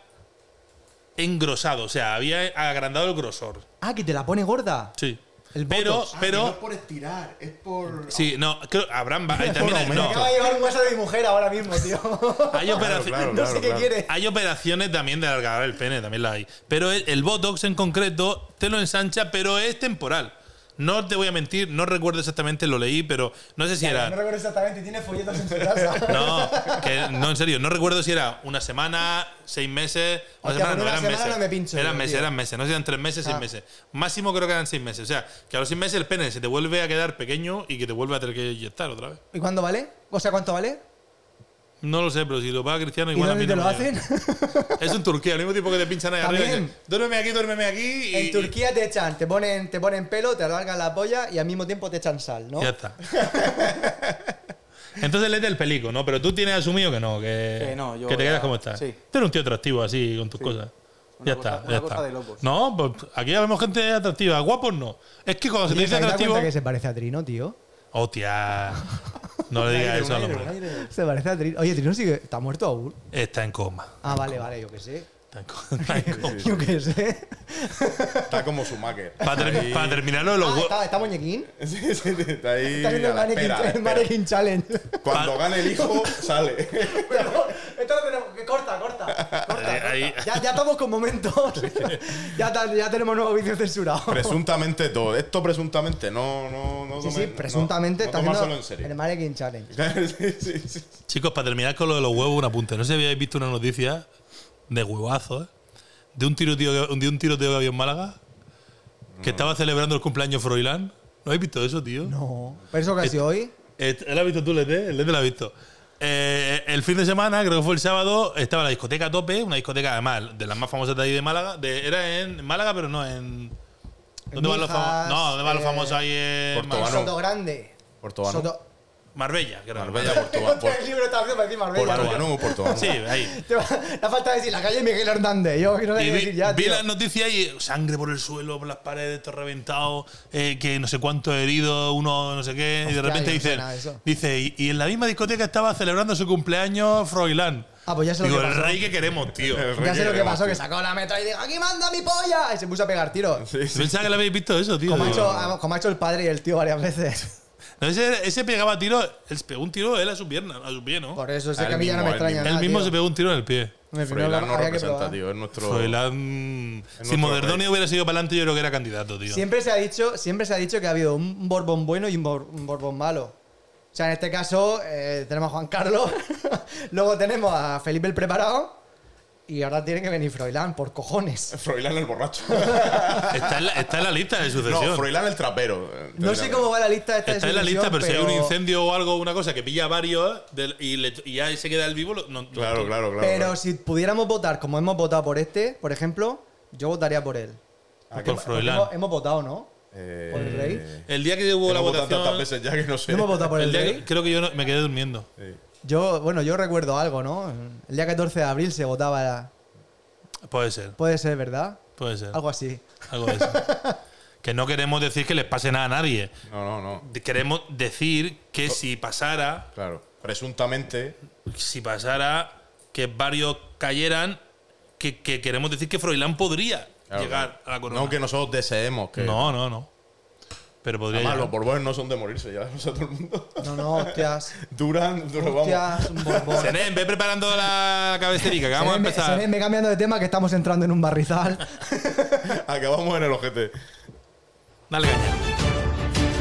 A: engrosado, o sea, había agrandado el grosor.
B: Ah, que te la pone gorda.
A: Sí.
B: El
A: pero,
B: Botox.
A: pero.
E: Ah, no es por estirar, es por.
A: Sí, no, creo, habrán. va- hay también-
C: Por
A: no.
C: aumento.
B: Acaba de llevar un hueso de mi mujer ahora mismo, tío.
A: hay, operaci-
C: claro,
B: no sé qué
C: claro.
B: quiere.
A: hay operaciones también de alargar el pene, también las hay. Pero el, el Botox en concreto te lo ensancha, pero es temporal. No te voy a mentir, no recuerdo exactamente, lo leí, pero no sé si era.
B: No recuerdo exactamente, tiene folletos en su casa.
A: No, que, no, en serio, no recuerdo si era una semana, seis meses, una
B: Hostia,
A: semana,
B: por
A: no,
B: una
A: eran
B: semana
A: meses.
B: no me pincho
A: eran
B: yo,
A: meses,
B: tío. Ah.
A: eran meses, no sé si eran tres meses, seis meses. Máximo creo que eran seis meses. O sea, que a los seis meses el pene se te vuelve a quedar pequeño y que te vuelve a tener que inyectar otra vez.
B: ¿Y cuándo vale? O sea, ¿cuánto vale?
A: No lo sé, pero si lo paga Cristiano,
B: ¿Y
A: igual a
B: dónde
A: mí
B: te
A: no
B: lo
A: me llega.
B: hacen?
A: Eso en Turquía, al mismo tiempo que te pinchan ahí arriba. y
B: También.
A: dicen, Duérmeme aquí, duérmeme aquí. y-
B: En Turquía te echan, te ponen, te ponen pelo, te alargan la polla y al mismo tiempo te echan sal, ¿no?
A: y Ya está. Entonces lees el pelico, ¿no? Pero tú tienes asumido que no, que,
D: Que no, yo
A: que te
D: ya-
A: quedas como estás.
D: sí.
A: Tú eres un tío atractivo así con tus cosas.
D: Una
A: ya
D: cosa-
A: está.
D: una
A: ya
D: cosa
A: está.
D: de locos.
A: No, pues aquí ya vemos gente atractiva. Guapos no. Es que cuando se te
B: Oye, ¿os
A: dice
B: habéis dado
A: atractivo.
B: cuenta que se parece a Trino, tío?
A: ¡Hostia! No le digas eso al hombre.
B: Se parece a Trino. Oye, Trino sigue. ¿Está muerto aún?
A: Está en coma.
B: Ah, vale, vale, yo qué sé.
A: Está en co- está en coma.
B: Yo qué sé.
C: Está como su maker.
A: Para ter- para terminarlo de los
B: Ah,
A: go-
B: ¿está, está muñequín?
C: Sí, sí, está ahí.
B: Está haciendo
C: a
B: el
C: la
B: mannequin,
C: espera, a la
B: el
C: espera.
B: mannequin challenge.
C: Cuando gane el hijo, sale.
B: Esto lo tenemos. que- Corta, corta. corta, corta.
A: ahí-
B: Ya, ya estamos con momentos. ya, ta- ya tenemos nuevos vídeos censurados.
C: Presuntamente todo. Esto presuntamente no, no, no.
B: Sí,
C: tome-
B: sí, presuntamente
C: No,
B: está
C: no tomárselo
B: haciendo
C: en serio.
B: el mannequin challenge.
C: sí, sí, sí.
A: Chicos, para terminar con lo de los huevos, un apunte. No sé si habíais visto una noticia de huevazos de un tiroteo, que- de un tiroteo que había en Málaga que estaba celebrando el cumpleaños Froilán. ¿No habéis visto eso, tío?
B: No. ¿Pero eso que ha sido hoy?
A: Eh, ¿Lo has visto tú, Lete? El Lete lo ha visto. Eh, el fin de semana, creo que fue el sábado, estaba la discoteca a tope, una discoteca además de las más famosas de ahí de Málaga. De- era en Málaga, pero no en. ¿Dónde van los
B: Mijas,
A: famosos? No, ¿dónde van los
B: eh,
A: famosos ahí en
C: Portobán.
A: Mar-
B: Soto Grande.
C: Portobano.
B: Soto-
A: Marbella? creo.
C: Marbella, Portobano.
B: Encontré el libro también para decir Marbella.
C: Portobano, Portobano.
A: Sí, ahí.
B: Te va- La falta de decir la calle Miguel Hernández. Yo que no sé
A: Y
B: qué
A: vi,
B: decir ya,
A: vi
B: tío.
A: las noticias y sangre por el suelo, por las paredes, todo reventado, eh, que no sé cuánto herido, uno no sé qué, y de
B: Hostia,
A: repente
B: yo no sé
A: dice,
B: nada de eso.
A: dice y, y en la misma discoteca estaba celebrando su cumpleaños Froilán.
B: Ah, pues ya sé lo
A: Digo,
B: que
A: el
B: pasó.
A: rey que queremos, tío.
C: El rey
B: Ya sé lo que
C: queremos,
B: pasó, que
C: tío.
B: sacó la metra y dijo, aquí manda mi polla. Y se puso a pegar tiros.
C: Sí, sí.
A: Pensaba que le habéis visto eso, tío.
B: Como ha,
A: Digo,
B: hecho, ah, como ha hecho el padre y el tío varias veces.
A: no, ese, ese pegaba tiro, él se pegó un tiro él a su pierna, a su pie, ¿no?
B: Por eso, sé
C: Al
B: que a mí ya no me
C: mismo, al
B: extraña
C: mismo.
A: él
B: nada,
A: mismo
B: tío.
A: se pegó un tiro en el pie.
B: Me firmó
C: Froilán no
B: había que
C: representa,
B: probar.
C: tío. Es nuestro.
A: Froilán. Si
C: nuestro
A: Modernoni
C: rey.
A: hubiera sido para adelante, yo creo que era candidato, tío.
B: Siempre se ha dicho, siempre se ha dicho que ha habido un Borbón bueno y un, bor- un Borbón malo. O sea, en este caso eh, tenemos a Juan Carlos, luego tenemos a Felipe el preparado y ahora tiene que venir Froilán por cojones.
C: Froilán el borracho.
A: Está en, la, está en la lista de sucesión.
C: no, Froilán el trapero.
B: No sé cómo va la lista esta de
A: Está en la lista,
B: sucesión,
A: pero, si hay un incendio o algo, una cosa que pilla varios del- y, le- y ya se queda el vivo, lo- no,
C: Claro, claro, claro.
B: Pero
C: claro.
B: si pudiéramos votar como hemos votado por este, por ejemplo, yo votaría por él.
C: Ah,
A: por
C: que-
B: Porque
A: Froilán.
B: Hemos, hemos votado, ¿no?
C: Eh,
B: por el rey.
A: El día que hubo la
C: hemos votado tantas
A: votación,
C: veces ya que no sé.
B: No hemos votado por
A: el
B: el
A: día que-
B: rey.
A: creo que yo no- me quedé durmiendo.
C: Sí.
B: Yo, bueno, yo recuerdo algo, ¿no? El día 14 de abril se votaba,
A: Puede ser,
B: puede ser, ¿verdad?
A: puede ser. Algo,
B: Algo así.
A: de eso. que no queremos decir que les pase nada a nadie.
C: No, no, no.
A: De- Queremos decir que si pasara,
C: Claro. Presuntamente.
A: si pasara que varios cayeran, que, que queremos decir que Froilán podría
C: claro,
A: llegar a la corona.
C: No que nosotros deseemos que.
A: no, no, no. Pero podría
C: Además,
A: llegar.
C: los borbones no son de morirse, ya lo sabe todo el mundo.
B: No, no, hostias.
C: Duran,
A: Pues
C: duran, vamos.
B: Hostias, un borbón.
A: Senén, ve preparando la cabecerica, que vamos a
B: Seré-
A: empezar.
B: seré- me cambiando de tema que estamos entrando en un barrizal.
C: Acabamos en el ojete.
A: Dale caña.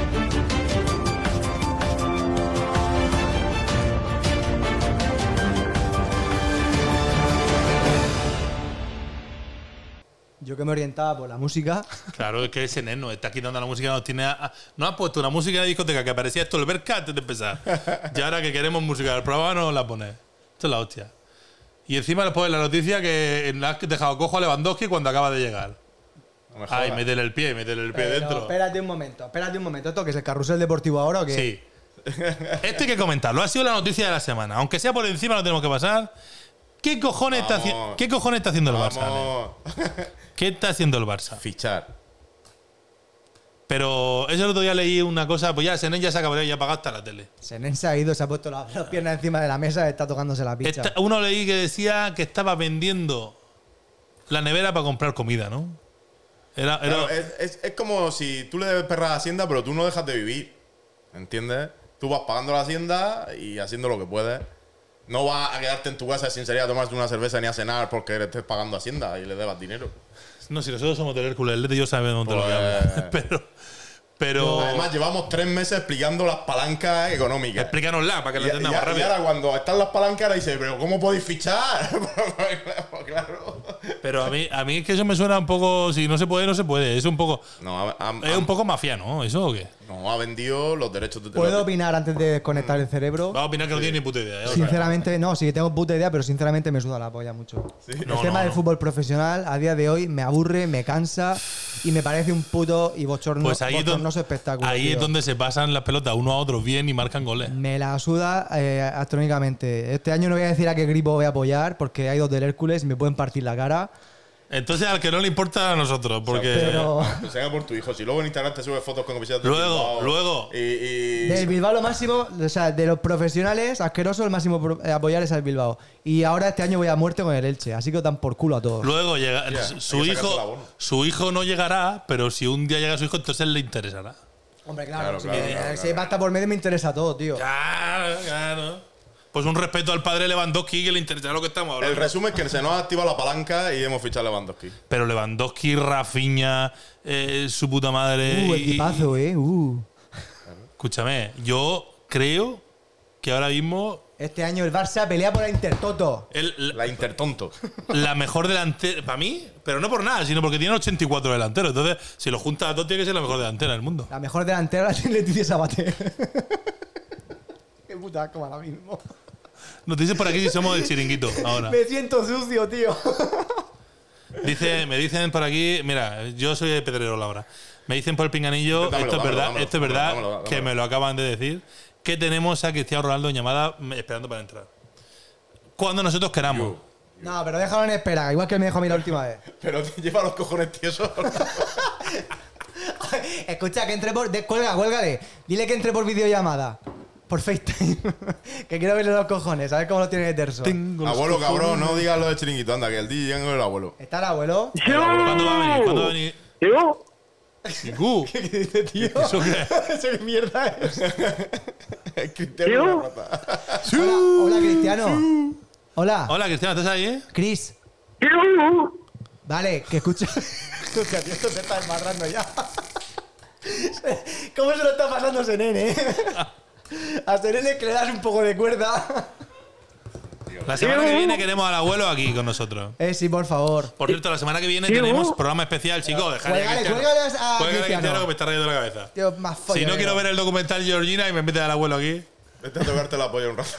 B: Yo que me orientaba por la música.
A: Claro, es que ese neno nos está quitando la música, nos tiene a- a- no has puesto una música de discoteca que parecía esto el Berca antes de empezar. y ahora que queremos música del programa no la pones. Esto es la hostia. Y encima después la noticia que la has dejado cojo a Lewandowski cuando acaba de llegar.
C: No me jodas.
A: Ay, meterle el pie, meterle el pie
B: Pero
A: dentro.
B: Espérate un momento, espérate un momento. ¿Esto que es el carrusel deportivo ahora o qué?
A: Sí. Esto hay que comentarlo. Ha sido la noticia de la semana. Aunque sea por encima, lo tenemos que pasar. ¿Qué cojones, está, haci-
C: Vamos.
A: ¿qué cojones está haciendo el Barça? eh. Ale?
C: Vamos.
A: ¿Qué está haciendo el Barça?
C: Fichar.
A: Pero eso el otro día leí una cosa. Pues ya, Senen ya se acabó, ya apagaste la tele.
B: Senen se ha ido, se ha puesto la- las piernas encima de la mesa, está tocándose la picha.
A: Está- uno leí que decía que estaba vendiendo la nevera para comprar comida, ¿no? Era, era-
C: Claro, eh. es, es- es como si tú le debes perra a la Hacienda, pero tú no dejas de vivir. ¿Entiendes? Tú vas pagando la Hacienda y haciendo lo que puedes. No vas a quedarte en tu casa sin salir a tomarte una cerveza ni a cenar porque le estés pagando Hacienda y le debas dinero.
A: No, si nosotros somos del Hércules, el Lete y yo sabemos de lo que habla.
C: Pues-
A: Pero. Pero.
C: Además, llevamos tres meses explicando las palancas económicas.
A: explícanosla para que
C: Y,
A: la
C: y-
A: entendamos
C: y
A: rápido.
C: ahora cuando están las palancas, ahora dices, pero ¿cómo podéis fichar? Pues claro.
A: Pero a mí, a mí es que eso me suena un poco. Si no se puede, no se puede. Es un poco.
C: No, ha, ha-
A: Es un poco mafiano, ¿eso o qué?
C: no, ha vendido los derechos de
B: ¿Puedo
C: los-
B: opinar antes de desconectar el cerebro?
A: Vas a opinar que no tiene ni puta idea. ¿eh?
B: Sinceramente, no, sí que tengo puta idea, pero sinceramente me suda la polla mucho. el
A: No,
B: tema
A: no,
B: del
A: no.
B: fútbol profesional a día de hoy me aburre, me cansa y me parece un puto y bochorno,
A: Pues ahí, es donde-
B: bochornoso espectáculo.
A: ahí
B: tío.
A: es donde se pasan las pelotas uno a otro bien y marcan goles.
B: Me la suda eh, astronómicamente. Este año no voy a decir a qué gripo voy a apoyar porque hay dos del Hércules y me pueden partir la cara.
A: Entonces al que no le importa a nosotros, porque.
B: Pero
C: Que se haga por tu hijo. Si luego en Instagram te subes fotos con camisetas de
A: Luego,
C: Bilbao
A: luego.
C: Y, y-
B: del Bilbao lo máximo, o sea, de los profesionales, asqueroso el máximo pro- eh, apoyar es al Bilbao. Y ahora este año voy a muerte con el Elche, así que os dan por culo a todos.
A: Luego llega su
C: Ya, hay que sacarse el
A: hijo,
C: abono.
A: su hijo no llegará, pero si un día llega su hijo, entonces le interesará.
B: Hombre, claro,
C: Claro,
B: si,
C: claro,
B: me-
C: claro,
B: si
C: claro.
B: basta por medio me interesa todo, tío.
A: Claro, claro. Pues un respeto al padre Lewandowski que le interesará lo que estamos
C: el
A: hablando.
C: resumen es que se nos ha activado la palanca y hemos fichado a Lewandowski.
A: Pero Lewandowski, Rafinha, eh, su puta madre.
B: uh,
A: y-
B: el tipazo, eh. Uh.
A: Escúchame, yo creo que ahora mismo
B: Este año el Barça pelea por la Intertoto.
A: el- la,
C: La Intertonto.
A: la mejor delantera, para mí, pero no por nada, sino porque tiene 84 delanteros. Entonces, si lo juntas a dos, tiene que ser la mejor delantera del mundo.
B: La mejor delantera la tiene Leticia Sabater. Qué puta asco ahora mismo.
A: Nos dicen por aquí si somos del chiringuito ahora.
B: Me siento sucio, tío.
A: Dice, me dicen por aquí, mira, yo soy de Pedrero Laura. Me dicen por el pinganillo,
C: Dámelo,
A: esto es
C: dámelo,
A: verdad,
C: dámelo,
A: esto es
C: dámelo,
A: verdad,
C: dámelo, dámelo.
A: que me lo acaban de decir, que tenemos a Cristiano Ronaldo en llamada mm, esperando para entrar. Cuando nosotros queramos.
B: No, pero déjalo en espera, igual que me dejó a mí la última vez.
C: Pero te lleva los cojones tiesos.
B: Escucha, que entre por. de- cuelga, cuélgale. Dile que entre por videollamada. Por FaceTime. que quiero verle los cojones, a ver cómo lo tiene de terso.
C: abuelo, cabrón, no digas lo de chiringuito. Anda, que el DJ es el abuelo.
B: ¿Está el abuelo?
A: ¿Cuándo va a venir? ¿Cuándo va a venir?
F: Yo,
A: Gu,
B: ¿Qué dice, tío?
A: ¿Eso qué?
B: ¿Eso qué mierda es?
C: El Cristiano es
B: Hola, hola,
C: una rata.
B: Cristiano. Hola.
A: Hola, Cristiano, ¿estás ahí? eh?
B: Chris.
F: yo,
B: Vale, que escucha. escucha, tío, esto se está desmadrando ya. ¿Cómo se lo está pasando Senene? eh? A Senene que le das un poco de cuerda.
A: La semana que viene queremos al abuelo aquí con nosotros.
B: Eh, sí, por favor.
A: Por cierto, la semana que viene
F: ¿Qué,
A: tenemos
F: Gu?
A: programa especial, chicos. Dejad
B: Cuélgale, cuélgale a Cristiano.
A: que me está rayando la cabeza.
B: Tío, más
A: Si no
B: folladero.
A: quiero ver el documental Georgina y me meten al abuelo aquí.
C: Vete Este a tocarte la polla un rato.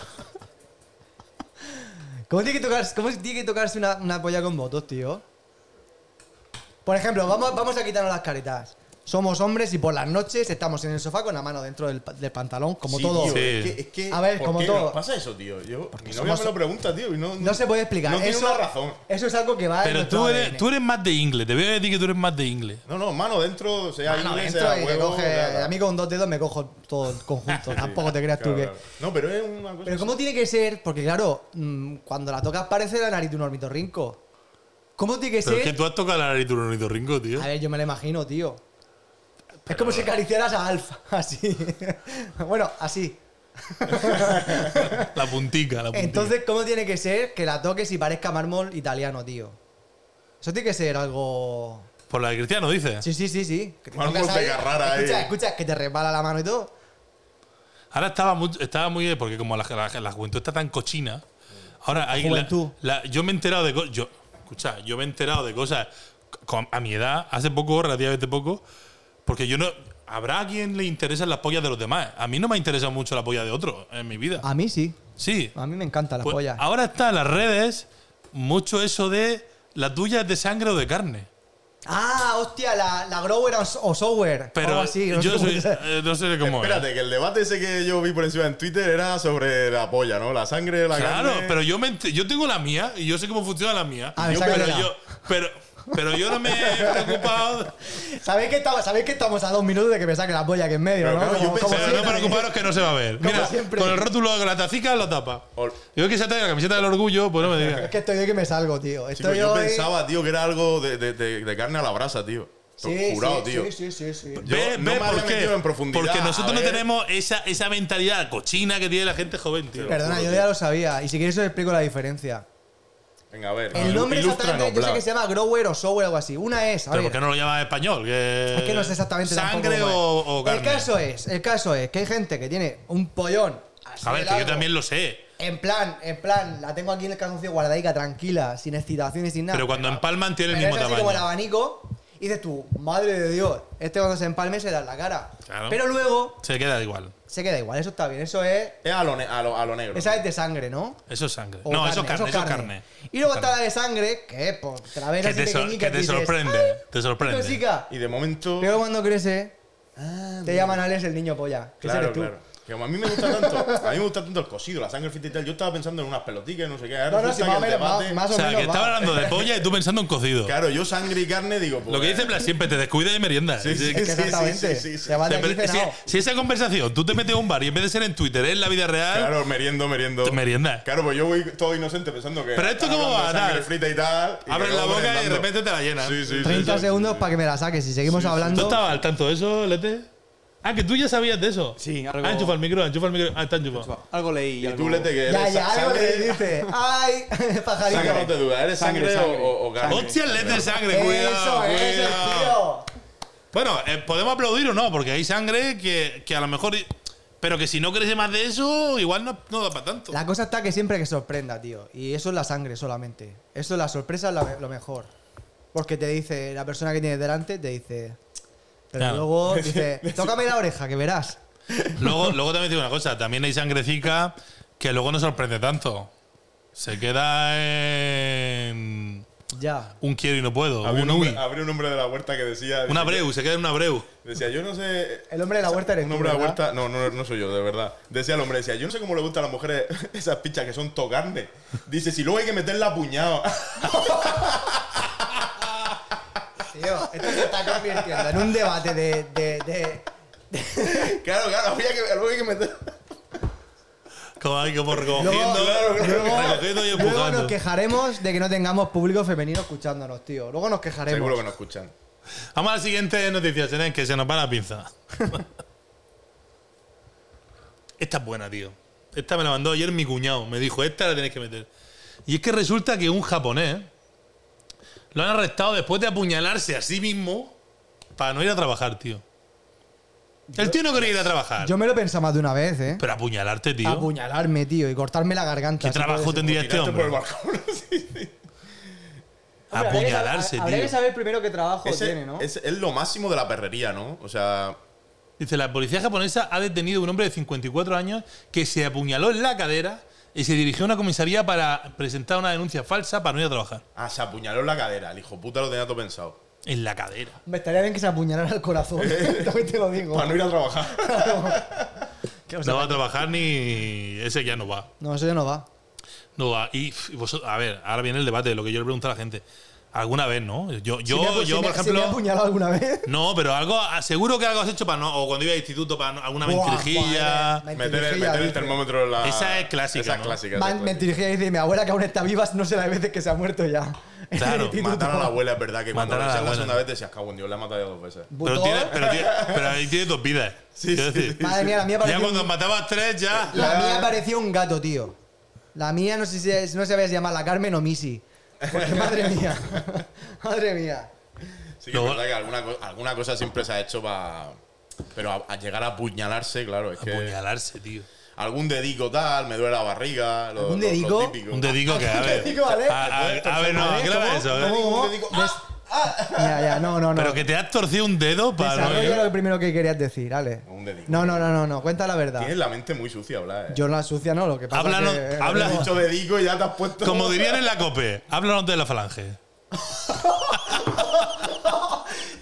B: ¿Cómo tiene que tocarse, cómo tiene que tocarse una, una polla con votos, tío? Por ejemplo, vamos, vamos a quitarnos las caretas. Somos hombres y por las noches estamos en el sofá con la mano dentro del, pa- del pantalón, como
C: Sí,
B: todo.
C: tío,
A: Sí.
C: es que- es que-
B: A ver,
C: ¿por
B: como
C: qué
B: todo.
C: nos pasa eso, tío? Yo, mi novia
B: somos-
C: me lo pregunta, tío. Y no,
B: No se puede explicar.
C: No tiene
B: eso,
C: una razón.
B: Eso es algo que va en
A: Pero
B: nuestro
A: tú
B: ADN.
A: eres, tú eres más de inglés. Te voy a decir que tú eres más de inglés.
C: No, no, mano dentro, sea
B: Ah, no,
C: inglés,
B: entro
C: sea
B: y te
C: huevo.
B: coge-
C: sea-
B: a mí con dos dedos me cojo todo el conjunto. Tampoco te creas
C: Claro,
B: tú que.
C: claro. No, pero es una cosa.
B: Pero ¿cómo tiene que ser? Porque claro, mm, cuando la tocas parece la nariz de un ornitorrinco. ¿Cómo tiene que
A: Pero es que
B: ser?
A: tú has tocado la nariz de un ornitorrinco, tío.
B: A ver, yo me la imagino, tío. Es como si acariciaras a Alfa, así. bueno, así.
A: La puntica, la puntica.
B: Entonces, ¿cómo tiene que ser que la toques y parezca mármol italiano, tío? Eso tiene que ser algo...
A: Por la de Cristiano, dices.
B: Sí, sí, sí, sí. Que te
C: Mármol eh.
B: tocas ahí-
C: Pegarrara ahí.
B: Escucha, escucha, que te resbala la mano y todo.
A: Ahora estaba muy, estaba muy de- porque como la, la- la juventud está tan cochina, ahora hay la-
B: juventud.
A: la- yo me he enterado de co- yo escucha, yo me he enterado de cosas con- a mi edad, hace poco, relativamente poco, porque yo no habrá a quien le interesan las pollas de los demás. A mí no me interesa mucho la polla de otro en mi vida.
B: A mí sí.
A: sí.
B: A mí me encantan las
A: Pues
B: pollas.
C: ah.
A: ahora está en las redes mucho eso de la tuya es de sangre o de carne.
B: Ah, hostia, la, la grower o, o sower.
A: Pero
B: algo así, no sé
A: yo
B: cómo
A: soy,
B: se-
A: eh, no sé cómo es.
C: Espérate, que el debate ese que yo vi por encima en Twitter era sobre la polla, ¿no? La sangre, la
A: Claro,
C: carne.
A: pero yo, me ent- yo tengo la mía y yo sé cómo funciona la mía.
B: Ah,
A: Yo-
B: sácala.
A: pero yo, pero Pero yo no me he preocupado.
B: ¿Sabéis que, estamos, sabéis que estamos a dos minutos de que me saque la polla aquí en medio,
C: Pero
B: ¿no?
C: claro, yo pensé-
A: Pero no
B: siempre.
A: preocuparos que no se va a ver.
B: Como
A: Mira,
B: siempre.
A: con el rótulo de la tacica lo tapa.
C: Ol-
A: Yo que se trae la camiseta del orgullo, pues no me digas.
B: Es que estoy hoy que me salgo, tío.
C: Sí,
B: Estoy
C: pero yo
B: hoy-
C: pensaba, tío, que era algo de, de- de- de carne a la brasa, tío.
B: Sí,
C: Jurado,
B: sí,
C: tío.
B: Sí, sí, sí, sí.
C: Yo
A: Ve,
C: no
A: ve
C: me había
A: por qué.
C: metido en profundidad, ¿eh?
A: Porque nosotros
C: a
A: no
C: ver.
A: tenemos esa, esa mentalidad cochina que tiene la gente joven, tío.
B: Perdona,
C: juro,
B: yo
C: tío.
B: ya lo sabía. Y si quieres os explico la diferencia.
C: Venga, a ver.
B: El nombre
C: ilústranos,
B: exactamente, yo sé
C: Blas.
B: que se llama Grower o Sower o algo así. Una es, a
A: Pero ¿por
B: ver,
A: qué no lo llamas español? Que-
B: es que no sé exactamente
A: ¿Sangre
B: tampoco cómo
A: o,
B: es.
A: o carne?
B: El caso es, el caso es que hay gente que tiene un pollón así
A: A ver,
B: de
A: que yo
B: largo,
A: también lo sé.
B: En plan, en plan, la tengo aquí en el calzoncillo guardadica, tranquila, sin excitaciones, sin nada.
A: Pero cuando empalman tiene
B: Pero
A: el
B: es
A: mismo
B: así como el
A: tamaño.
B: abanico, y dices tú, madre de Dios, este cuando se empalme se da en la cara.
A: Claro.
B: Pero luego
A: Se queda igual.
B: se queda igual, eso está bien, eso es,
C: Es a lo, ne- a lo- a lo negro.
B: esa es de sangre, ¿no?
A: Eso es sangre.
B: O
A: no, eso es carne, eso es carne.
B: Y luego
A: Carne.
B: está la de sangre, que pues, te la ves
A: Que
B: así
A: te, sor-
B: pequeñica
A: que
B: y
A: te
B: dices,
A: sorprende. te
B: "Ay,
A: sorprende.
B: cosica".
C: Y de momento.
B: Pero cuando crece,
D: Ah.
B: te llaman Alex el niño polla. que ese
C: Claro,
B: eres tú.
C: claro. Que como a mí me gusta tanto. A mí me gusta tanto el cosido, la sangre frita y tal. Yo estaba pensando en unas pelotitas y no sé qué. Ahora
B: No, no, si
C: resulta
B: más o
C: que el
B: menos, más-
C: debate-
B: más
A: O
B: o
A: sea,
B: menos.
A: que estaba
B: va.
A: hablando de polla y tú pensando en cocido.
C: Claro, yo sangre y carne digo. pues,
A: Lo que dice en plan siempre, te descuida y merienda.
C: Sí, sí,
B: Es que
C: sí, sí,
B: exactamente.
C: sí, sí, sí.
B: Te vas de
A: Te
B: aquí
A: per- si,
B: cenado.
A: si esa conversación tú te metes a un bar y en vez de ser en Twitter es en la vida real,
C: Claro, meriendo, meriendo.
A: Te merienda.
C: Claro, pues yo voy todo inocente pensando que.
A: Pero esto
C: están
A: cómo
C: hablando
A: va,
C: de Sangre
A: tal.
C: frita y tal. y
A: abres
C: que
A: la
C: acabo
A: boca y de
C: merendando.
A: repente te la llenas.
C: Sí, sí, sí,
B: 30
C: sí, sí.
B: segundos para que me la saques. Si seguimos
A: ¿Tú
B: hablando.
A: estabas al tanto de eso, Lete? Ah, que tú ya sabías de eso.
D: Sí, algo-
A: Ah, enchufa el micro, enchufa el micro. Ah, está enchufado.
D: Chua, Algo leí.
C: Y
D: algo-
C: tú le te que
B: ya,
C: eres
B: ya,
C: sa-
B: algo le
C: sangre-
B: dices. ¡Ay!
C: Sácanos de
B: pajarito.
C: duda, ¿eres sangre,
D: Sangre,
C: o-
D: sangre.
C: o, o carne?
A: ¡Hostia, el Lete es sangre!
B: Eso
A: ¡Cuidado!
B: es,
A: cuidado.
B: tío.
A: Bueno, eh, podemos aplaudir o no, porque hay sangre que, que a lo mejor. Pero que si no crece más de eso, igual no, no da para tanto.
B: La cosa está que siempre que sorprenda, tío. Y eso es la sangre solamente. Eso, la sorpresa es la- lo mejor. Porque te dice, la persona que tienes delante te dice. Pero
A: Claro.
B: luego dice, tócame la oreja, que verás.
A: Luego, luego también te digo una cosa, también hay sangrecica que luego no sorprende tanto. Se queda en
B: Ya.
A: un quiero y no puedo.
C: Había
A: Un
C: un, hombre,
A: uy.
C: había un hombre de la huerta que decía.
A: Un abreu, se queda en un abreu.
C: Decía, yo no sé.
B: El hombre de la huerta eres
C: Un
B: tú,
C: hombre de la
B: ¿verdad?
C: huerta. No, no, no soy yo, de verdad. Decía el hombre, decía, yo no sé cómo le gustan a las mujeres esas pichas que son tocarne. Dice, si luego hay que meterla a puñado.
B: Tío, esto se está convirtiendo en un debate de. de, de-
C: claro, claro, había que, luego hay que meter.
A: Como ahí, como recogiendo,
B: Luego, luego-
A: recogiendo y
B: luego
A: empujando.
B: nos quejaremos de que no tengamos público femenino escuchándonos, tío. Luego nos quejaremos.
C: Seguro que no escuchan.
A: Vamos a la siguiente noticia, Senén, que se nos va la pinza. Esta es buena, tío. Esta me la mandó ayer mi cuñado. Me dijo, esta la tenéis que meter. Y es que resulta que un japonés lo han arrestado después de apuñalarse a sí mismo para no ir a trabajar, tío. El tío no quería ir a trabajar.
B: Yo me lo he pensado más de una vez, ¿eh?
A: Pero apuñalarte, tío.
B: Apuñalarme, tío, y cortarme la garganta.
A: ¿Qué
B: así
A: trabajo
B: puede ser.
A: tendría este
C: Tiraste por
A: hombre?
C: el balcón. sí, sí.
B: Hombre, habría que-
A: Apuñalarse,
B: Habría que
A: tío.
B: saber primero qué trabajo
C: Ese-
B: tiene, ¿no?
C: ese es lo máximo de la perrería, ¿no? O sea,
A: Dice, la policía japonesa ha detenido a un hombre de 54 años que se apuñaló en la cadera y se dirigió a una comisaría para presentar una denuncia falsa para no ir a trabajar.
C: ah, se apuñaló en la cadera. El hijo puta lo tenía todo pensado.
A: En la cadera.
B: Me estaría bien que se apuñalara al corazón. También te lo digo.
C: Para no ir a trabajar.
A: No va a trabajar ni... Ese ya no va.
B: No, eso ya no va.
A: No va. Y, pf, y vosotros- a ver, ahora viene el debate de lo que yo le pregunto a la gente. ¿Alguna vez, no? Yo, yo,
B: Si me apu-
A: yo por
B: si me- si me he
A: ejemplo...
B: apuñalado alguna vez.
A: No, pero algo, ah, seguro que algo has hecho para no... O cuando iba al instituto para no- alguna
B: Buah,
A: mentirijilla.
B: madre, me-
C: meter, el,
B: Mentirijilla,
C: meter el
B: dice.
C: termómetro en la.
A: Esa es clásica,
C: Esa es
A: ¿no?
C: clásica. esa es
B: Man, me
C: clásica.
B: dirigía y dice, mi abuela que aún está viva, no sé las veces que se ha muerto ya.
A: Claro,
B: En el
C: Matar a la abuela es verdad que cuando
A: Matar a
C: lo
A: la
C: decías la
A: abuela.
C: segunda vez decías, cago en Dios, la he matado ya dos veces.
A: Pero
B: Butó.
A: tiene, pero, tiene, pero ahí tiene dos vidas. Quiero decir,
B: Madre mía, la mía
A: ya
B: parecía
A: cuando
B: un,
A: matabas tres, ya...
B: la mía parecía un gato, tío. La mía no sé si no sabías llamarla Carmen o Missy. Porque, madre mía. madre mía.
C: Sí, que
A: Luego-
C: es verdad que alguna, co- alguna cosa siempre se ha hecho para. Pero a, a llegar a apuñalarse, claro, es que.
A: Apuñalarse, tío.
C: Algún dedico tal, me duele la barriga. Lo,
B: ¿Algún
C: lo- lo
B: dedico?
C: típico.
A: Un dedico que, a ver.
B: dedico, ¿vale?
A: A, a- a ver, no,
B: ¿Vale?
A: aclara
B: ¿Cómo?
A: eso. ¿eh?
B: ¿Cómo?
C: Dedico,
B: Des- Ya, ya, no, no, no.
A: Pero que te has torcido un dedo para. no-
B: Desarrolla lo primero que querías decir, Ale.
C: Un dedico.
B: No, no, no, no, no, cuenta la verdad.
C: Tienes la mente muy sucia, Blas. eh.
B: Yo no la sucia, no, lo que pasa
A: Háblanos-
B: es que... eh,
A: habla-
C: Has dicho dedico y ya te has puesto.
A: Como dirían en la COPE, háblanos de la falange.
B: No,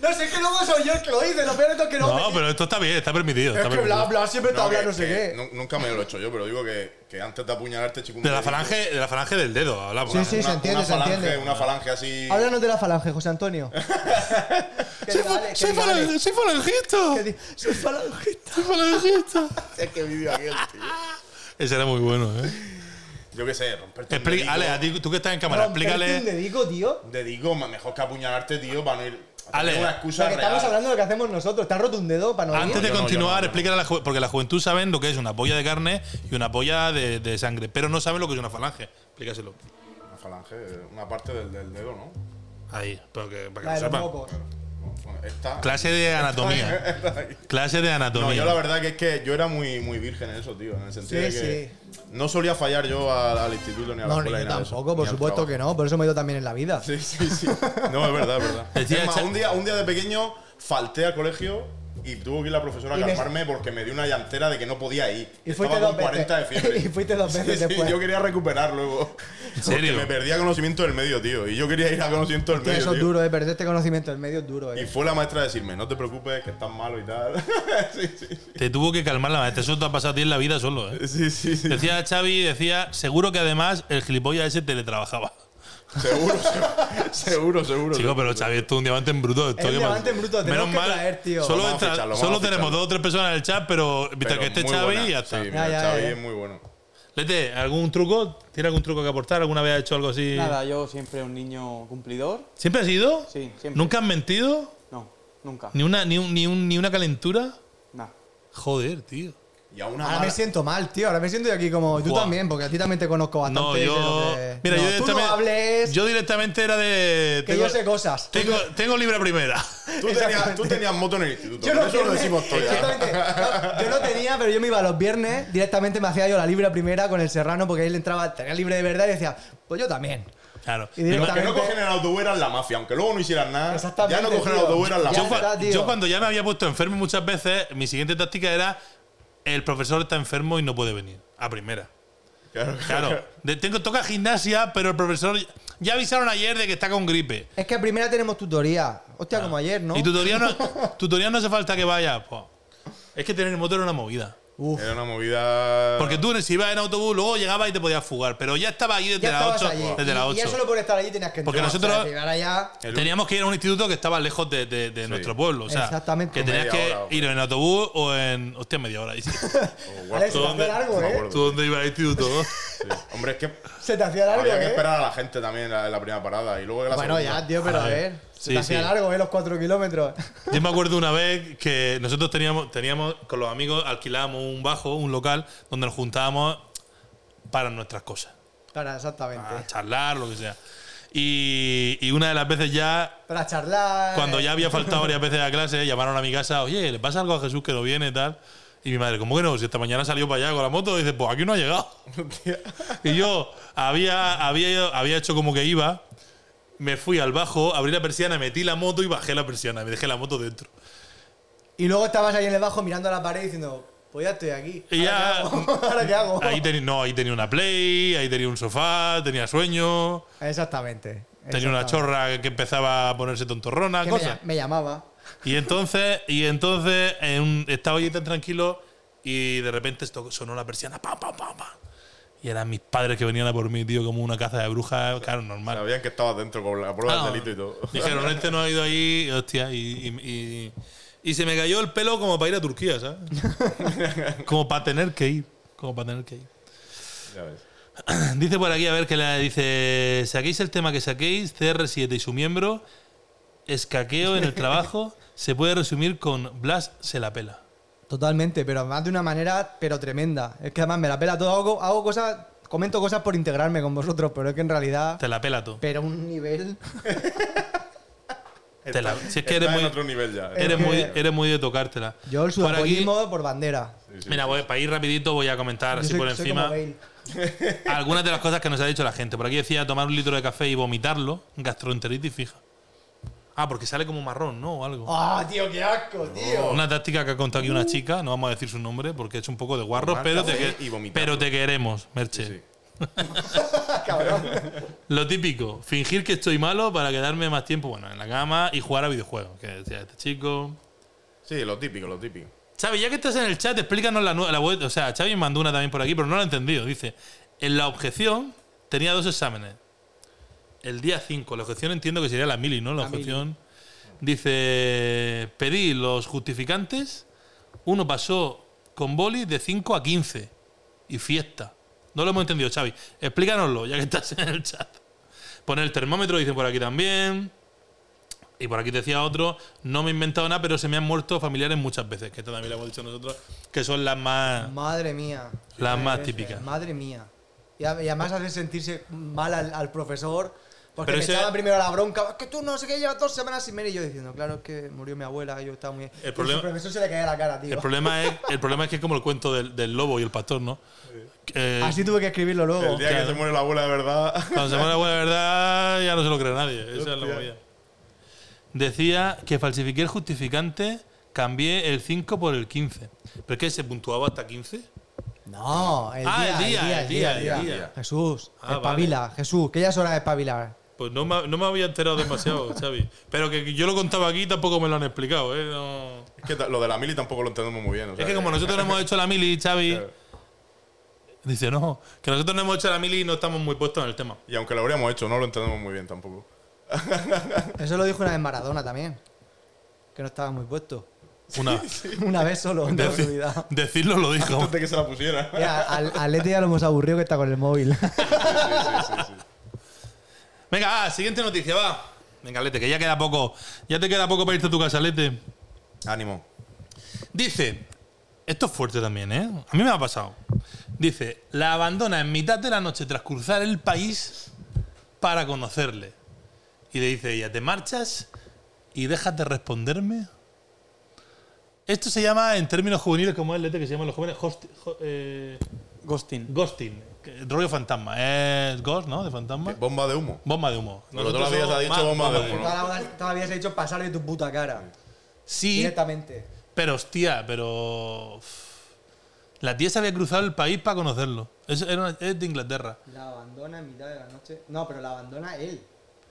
B: No sé, es que luego soy yo el que lo dice. Lo peor de todo es que no.
A: No, pero esto está bien, está permitido.
B: es
A: está
B: que
A: permitido.
B: bla, bla, siempre está
C: que-
B: hablando no sé
C: que
B: qué.
C: nu- Nunca me lo he hecho yo, pero digo que, que antes de apuñalarte, chico. un
A: De la
C: dedito.
A: falange, de la falange del dedo, hablamos.
B: Sí, sí. se entiende,
C: una
B: se
C: falange,
B: entiende.
C: Una falange así.
B: Háblanos de la falange, José Antonio. Que diga, Ale, que diga, Ale.
A: soy falangista.
B: Que di- Soy falangista.
A: Soy falangista.
C: Es que vídeo aquel, tío.
A: Ese era muy bueno, ¿eh?
C: Yo qué sé, romperte un
A: Explica,
C: dedico.
A: Ale, a ti, tú que estás en cámara,
B: Romperte un
A: explícale.
B: dedico, tío.
C: Un dedico, ma- mejor que apuñalarte, tío, para no ir. a
A: Ale.
C: tener una
B: O sea,
C: excusa
B: que
C: real.
B: estamos hablando de lo que hacemos nosotros. ¿Te has roto un dedo para no venir?
A: Antes de
C: yo no, yo no,
A: continuar,
C: yo no.
A: explícale a la juventud, porque la juventud saben lo que es una polla de carne y una polla de, de sangre, pero no saben lo que es una falange. Explícaselo.
C: Una falange, eh, una parte del, del dedo, ¿no?
A: Ahí, para que, para que
B: La de
A: lo
B: los
A: sepan.
B: mocos.
C: Bueno, esta.
A: Clase de anatomía. Clase de
C: No,
A: anatomía.
C: yo la verdad que es que yo era muy, muy virgen en eso, tío. En el sentido
B: Sí,
C: de que no solía fallar yo al, al instituto ni a la
B: No, ni
C: escuela
B: yo
C: ni nada de eso,
B: tampoco, por
C: ni al
B: supuesto
C: trabajo.
B: que no. Por eso me he ido también en la vida.
C: Sí, sí, sí. No, es verdad, es verdad.
A: Decía
C: Es más,
A: Cha-
C: un, día, un día de pequeño falté al colegio y tuvo que ir la profesora a
B: Y me-
C: calmarme porque me dio una llantera de que no podía ir.
B: Y
C: Estaba
B: fuiste
C: con
B: dos
C: 40 de
B: veces.
C: fiebre.
B: Y fuiste dos
C: Sí,
B: veces
C: sí,
B: después.
C: yo quería recuperar luego. ¿En
A: serio?
C: Porque me perdía conocimiento del medio, tío. Y yo quería ir a conocimiento del
B: Tío,
C: medio.
B: eso es
C: tío.
B: duro, eh. Perder este conocimiento del medio es duro,
C: Y
B: eh.
C: fue la maestra a decirme, no te preocupes, que estás malo y tal. sí, sí,
A: Te tuvo que calmar la maestra. Eso te ha pasado a ti en la vida solo, ¿eh?
C: sí, sí, sí.
A: Decía Xavi, decía, seguro que además el gilipollas ese teletrabajaba.
C: Seguro, seguro, seguro, seguro.
A: Chico, pero Xavi, esto es un diamante en bruto. Esto
B: Es un
A: que
B: diamante en bruto, tenemos que traer, tío.
A: Solo,
C: Vamos a
A: está-
C: ficharlo,
A: solo
C: vamos a
A: tenemos
C: ficharlo.
A: dos o tres personas en el chat, pero mientras
C: Pero
A: que esté
C: muy
A: Xavi,
C: buena.
A: ya está.
C: Sí, mira,
B: Ya, ya,
C: Xavi
B: ya.
C: es muy bueno.
A: Lete, ¿algún truco? ¿Tiene algún truco que aportar? ¿Alguna vez has hecho algo así?
D: Nada, yo siempre un niño cumplidor.
A: ¿Siempre has ido?
D: Sí, siempre.
A: ¿Nunca has mentido?
D: No, nunca.
A: ¿Ni una, ni un- ni un- ni una calentura?
D: Nada.
A: Joder, tío.
C: Y a una
B: Ahora me
C: mala-
B: siento mal, tío. Ahora me siento yo aquí como. Tú
A: Buah.
B: también, porque a ti también te conozco bastante.
A: No,
B: de
A: yo.
B: lo que-
A: Mira, yo
B: No, Tú no
A: directamente.
B: hables.
A: yo directamente era de.
B: Que yo sé cosas.
A: Tengo, tengo libre primera.
C: Tú tenías, tú tenías moto en el instituto.
B: Yo
C: pero
B: no
C: eso lo
B: tenía-
C: decimos todos. ¿eh? ya.
B: Exactamente. No, yo no tenía, pero yo me iba los viernes, directamente me hacía yo la libre primera con el serrano, porque él entraba, tenía libre de verdad y decía, pues yo también.
A: Claro.
B: Y
A: Mi
B: directamente-
A: ma-
C: Los que no cogen el autobús eran la mafia, aunque luego no hicieran nada.
B: Exactamente,
C: Ya no cogen el
B: tío.
C: autobús eran la
B: Ya
A: yo,
C: mafia.
A: cua-
B: está, tío.
A: yo cuando ya me había puesto enfermo muchas veces, mi siguiente táctica era el profesor está enfermo y no puede venir. A primera.
C: Claro,
A: Claro. De- tengo, toca gimnasia, pero el profesor. Ya avisaron ayer de que está con gripe.
B: Es que primera tenemos tutoría. Hostia, como ayer, ¿no?
A: Ah. Y tutorial no, tutorial no hace falta que vaya. po. Es que tener moto era una movida.
B: Uf.
C: Era una movida.
A: Porque tú si ibas en autobús, luego llegabas y te podías fugar. Pero ya estaba ahí desde
B: Ya
A: las
B: estabas
A: 8.
B: allí.
A: Desde
B: Y-
A: las
B: y, ya
A: 8.
B: solo por estar allí tenías que entrar.
A: Porque
B: O sea,
A: nosotros-
B: llegar allá-
C: El-
A: Teníamos que ir a un instituto que estaba lejos de, de- de nuestro pueblo. O sea,
B: Exactamente.
A: que tenías
C: Media
A: que
C: hora, hombre.
A: ir en autobús o en. Hostia, media hora. ahí sí.
C: O
B: Alex, se
C: cuarto.
B: te hacía
A: ¿dónde?
B: largo,
C: No me
B: ¿eh?
C: acuerdo.
A: ¿Tú dónde ibas al instituto?
C: Sí. Hombre, es que
B: Se te hacía largo,
C: había que
B: ¿eh?
C: esperar a la gente también en la, en la primera parada. Y luego en la
B: Bueno,
C: segunda.
B: ya, tío, pero
A: A
B: a
A: ver.
B: ver.
A: Sí,
B: se te hacía
A: sí.
B: largo, ¿eh? Los cuatro kilómetros.
A: Yo me acuerdo una vez que nosotros teníamos, teníamos con los amigos, alquilábamos un bajo, un local, donde nos juntábamos para nuestras cosas.
B: Para, exactamente.
C: Ah.
A: A charlar, lo que sea. Y, y una de las veces ya
B: Para charlar.
A: Cuando ya había faltado varias veces a clase, llamaron a mi casa, oye, ¿le pasa algo a Jesús que no viene y tal? Y mi madre, ¿cómo que no? Si esta mañana salió para allá con la moto, dice, pues aquí no ha llegado. y yo había, había, ido- había hecho como que iba, me fui al bajo, abrí la persiana, metí la moto y bajé la persiana, me dejé la moto dentro.
B: Y luego estabas ahí en el bajo mirando a la pared diciendo, pues ya estoy aquí.
A: Y ya-
B: ¿Ahora qué hago? ¿Ahora qué hago?
A: Ahí teni- no, ahí tenía una play, ahí tenía un sofá, tenía sueño,
B: Exactamente.
A: tenía una
B: exactamente.
A: chorra que empezaba a ponerse tontorrona,
B: Que me,
A: cosas.
B: ll- me llamaba.
A: Y entonces, y entonces en un- estaba yo tan tranquilo y de repente esto sonó la persiana, pam, pam, pam, pam. Y eran mis padres que venían a por mí, tío, como una caza de brujas, claro, normal.
C: Sabían que estabas dentro con la prueba
A: Ah,
C: del delito y todo.
A: Dijeron, este no ha ido ahí, y hostia, y, y- y- y se me cayó el pelo como para ir a Turquía, ¿sabes? como para tener que ir, como para tener que ir.
C: Ya ves.
A: Dice por aquí, a ver, que le dice, saquéis el tema que saquéis, CR7 y su miembro, escaqueo en el trabajo, se puede resumir con Blas se la pela.
B: Totalmente, pero además de una manera pero tremenda. Es que además me la pela todo. Hago, hago cosas, comento cosas por integrarme con vosotros, pero es que en realidad...
A: Te la pela tú.
B: Pero un nivel...
A: Te la- si es que
C: Estás
A: eres muy,
C: en otro nivel ya.
A: eres,
B: que-
A: muy, eres muy de tocártela.
B: Yo el
A: Por aquí-
B: sudapolismo por bandera.
C: Sí, sí.
A: Mira, voy, para ir rapidito voy a comentar
B: Yo
A: así
B: soy-
A: por
B: soy
A: encima
B: como Bale.
A: algunas de las cosas que nos ha dicho la gente. Por aquí decía tomar un litro de café y vomitarlo, gastroenteritis fija. Ah, porque sale como marrón, ¿no? O algo.
B: ¡Ah, tío, qué asco, tío! Uh.
A: Una táctica que ha contado aquí una chica, no vamos a decir su nombre porque es un poco de guarro,
C: Tomar
A: pero te,
C: café
A: que-
C: y vomitarlo.
A: pero te queremos, Merche.
C: Sí, sí.
B: Cabrón.
A: Lo típico, fingir que estoy malo para quedarme más tiempo bueno, en la cama y jugar a videojuegos. Que decía este chico.
C: Sí, lo típico, lo típico.
A: Xavi, ya que estás en el chat, explícanos la, nue- la web. O sea, Xavi mandó una también por aquí, pero no lo he entendido. Dice, en la objeción tenía dos exámenes. El día 5, la objeción entiendo que sería la mili, ¿no? La,
D: La mili.
A: objeción. Dice, pedí los justificantes, uno pasó con boli de 5 a 15 y fiesta. No lo hemos entendido, Xavi. Explícanoslo, ya que estás en el chat. Poner el termómetro, dicen por aquí también. Y por aquí decía otro, no me he inventado nada, pero se me han muerto familiares muchas veces, que esto también lo hemos dicho nosotros, que son las más...
B: Madre mía.
A: Las
B: Madre
A: más
B: mía.
A: típicas.
B: Madre mía. Y a- y además hace sentirse mal al, al profesor. Porque
A: Pero
B: me
A: ese-
B: echaba primero la bronca. Es que tú no sé qué, llevas dos semanas sin venir. Y yo diciendo, claro, es que murió mi abuela, yo estaba muy. Y El
A: problema-
B: profesor se le caía la cara, tío.
A: El problema, es, el problema es que es como el cuento del, del lobo y el pastor, ¿no? Eh,
B: Así tuve que escribirlo luego.
C: El día que se muere la abuela de verdad.
A: Cuando se muere la abuela de verdad, ya no se lo cree nadie. Esa es la
C: Hostia.
A: movida. Decía que falsifiqué el justificante, cambié el 5 por el 15. ¿Pero es que se puntuaba hasta 15?
B: No, el
A: Ah,
B: día,
A: el día, el día, el día.
B: Jesús,
A: Ah,
B: espabila, Jesús, que ya es hora de espabilar.
A: Pues no me, no me había enterado demasiado, Xavi. Pero que yo lo contaba aquí y tampoco me lo han explicado, ¿eh? No.
C: Es que ta- lo de la mili tampoco lo entendemos muy bien. o sea
A: Es que como nosotros no hemos hecho la mili, Xavi, dice, no, que nosotros no hemos hecho la mili y no estamos muy puestos en el tema.
C: Y aunque lo habríamos hecho, no lo entendemos muy bien tampoco.
B: Eso lo dijo una vez Maradona también. Que no estaba muy puesto.
A: Una,
B: Una vez solo en toda su
A: deci-
B: vida.
A: decirlo lo dijo.
C: Antes de que se la pusiera.
B: Mira, al, al Leti ya lo hemos aburrido que está con el móvil.
C: Sí, sí, sí, sí.
A: Venga, va, siguiente noticia, va. Venga, Lete, que ya queda poco. Ya te queda poco para irte a tu casa, Lete.
C: Ánimo.
A: Dice, esto es fuerte también, ¿eh? A mí me ha pasado. Dice, la abandona en mitad de la noche tras cruzar el país para conocerle. Y le dice ella, ¿te marchas y dejas de responderme? Esto se llama, en términos juveniles, como es el que se llaman los jóvenes, host- jo- eh,
D: Ghosting.
A: ghosting. que- Rollo fantasma. Es ghost, ¿no? De fantasma.
C: Bomba de humo.
A: Bomba de humo.
C: Pero todos los
A: Nosotros
C: días ha dicho
A: somos
C: bomba de humo, ¿no?
B: Todavía- Todavía se ha dicho pasar de tu puta cara.
A: Sí,
B: Directamente.
A: Pero hostia, pero. uf. La tía se había cruzado el país para conocerlo. Es, era una- es de Inglaterra.
B: La abandona en mitad de la noche. No, pero la abandona él.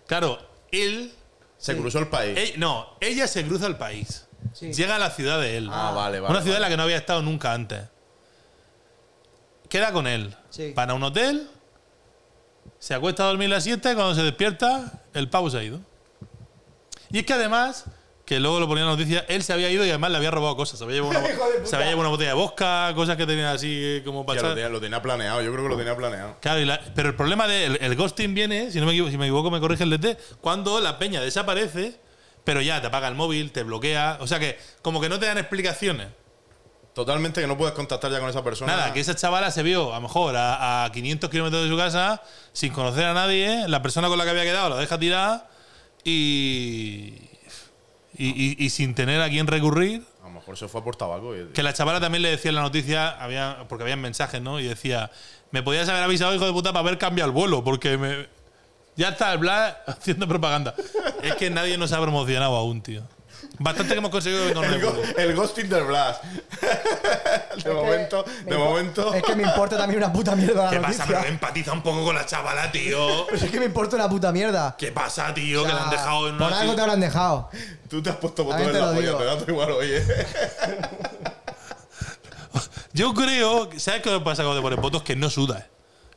A: Claro, él.
C: Se cruzó el país.
A: él- no, ella se cruza el país.
B: Sí.
A: Llega a la ciudad de él.
C: Ah, vale, vale.
A: una ciudad en la
C: vale.
A: que no había estado nunca antes. Queda con él.
B: Sí.
A: Van a un hotel. Se acuesta a dormir la siesta y cuando se despierta, el pavo se ha ido. Y es que además, que luego lo ponía en la noticia, él se había ido y además le había robado cosas. Se había llevado una,
B: Hijo de puta.
A: se había llevado una botella de bosca, cosas que tenía así eh, como
C: Hostia,
A: para
C: lo, tenía, lo tenía planeado, yo creo
A: Oh.
C: que lo tenía planeado.
A: Claro, y la- pero el problema del el ghosting viene, si no me equivoco, si me, equivoco, me corrige el DT, cuando la peña desaparece, pero ya te apaga el móvil, te bloquea. O sea que, como que no te dan explicaciones.
C: Totalmente que no puedes contactar ya con esa persona.
A: Nada, que esa chavala se vio a lo mejor a, a 500 kilómetros de su casa, sin conocer a nadie, la persona con la que había quedado la deja tirada y. Y, y- y sin tener a quién recurrir.
C: A lo mejor se fue a por tabaco. y-
A: Que la chavala también le decía en la noticia, había, porque habían mensajes, ¿no? Y decía, me podías haber avisado, hijo de puta, para haber cambiado el vuelo, porque me... Ya está el Blas haciendo propaganda. es que nadie nos ha promocionado aún, tío. Bastante que hemos conseguido que con
C: El,
A: el
C: go- el ghosting del Blas. de momento,
B: Me
C: de
B: impo-
C: momento.
B: Es que me importa también una puta mierda
A: ¿Qué
B: la
A: pasa? Pero
B: noticia.
A: empatiza un poco con la chavala, tío.
B: Pero es que me importa una puta mierda.
A: ¿Qué pasa, tío? que
B: O
A: la
B: sea,
A: han dejado en
B: Por
A: una...
B: algo te habrán dejado.
C: Tú te has puesto botón
B: También
C: en
B: te
C: la
B: lo
C: polla,
B: digo.
C: te da igual, oye.
A: Yo creo... que- ¿Sabes qué me pasa cuando te pones botos? Que no sudas.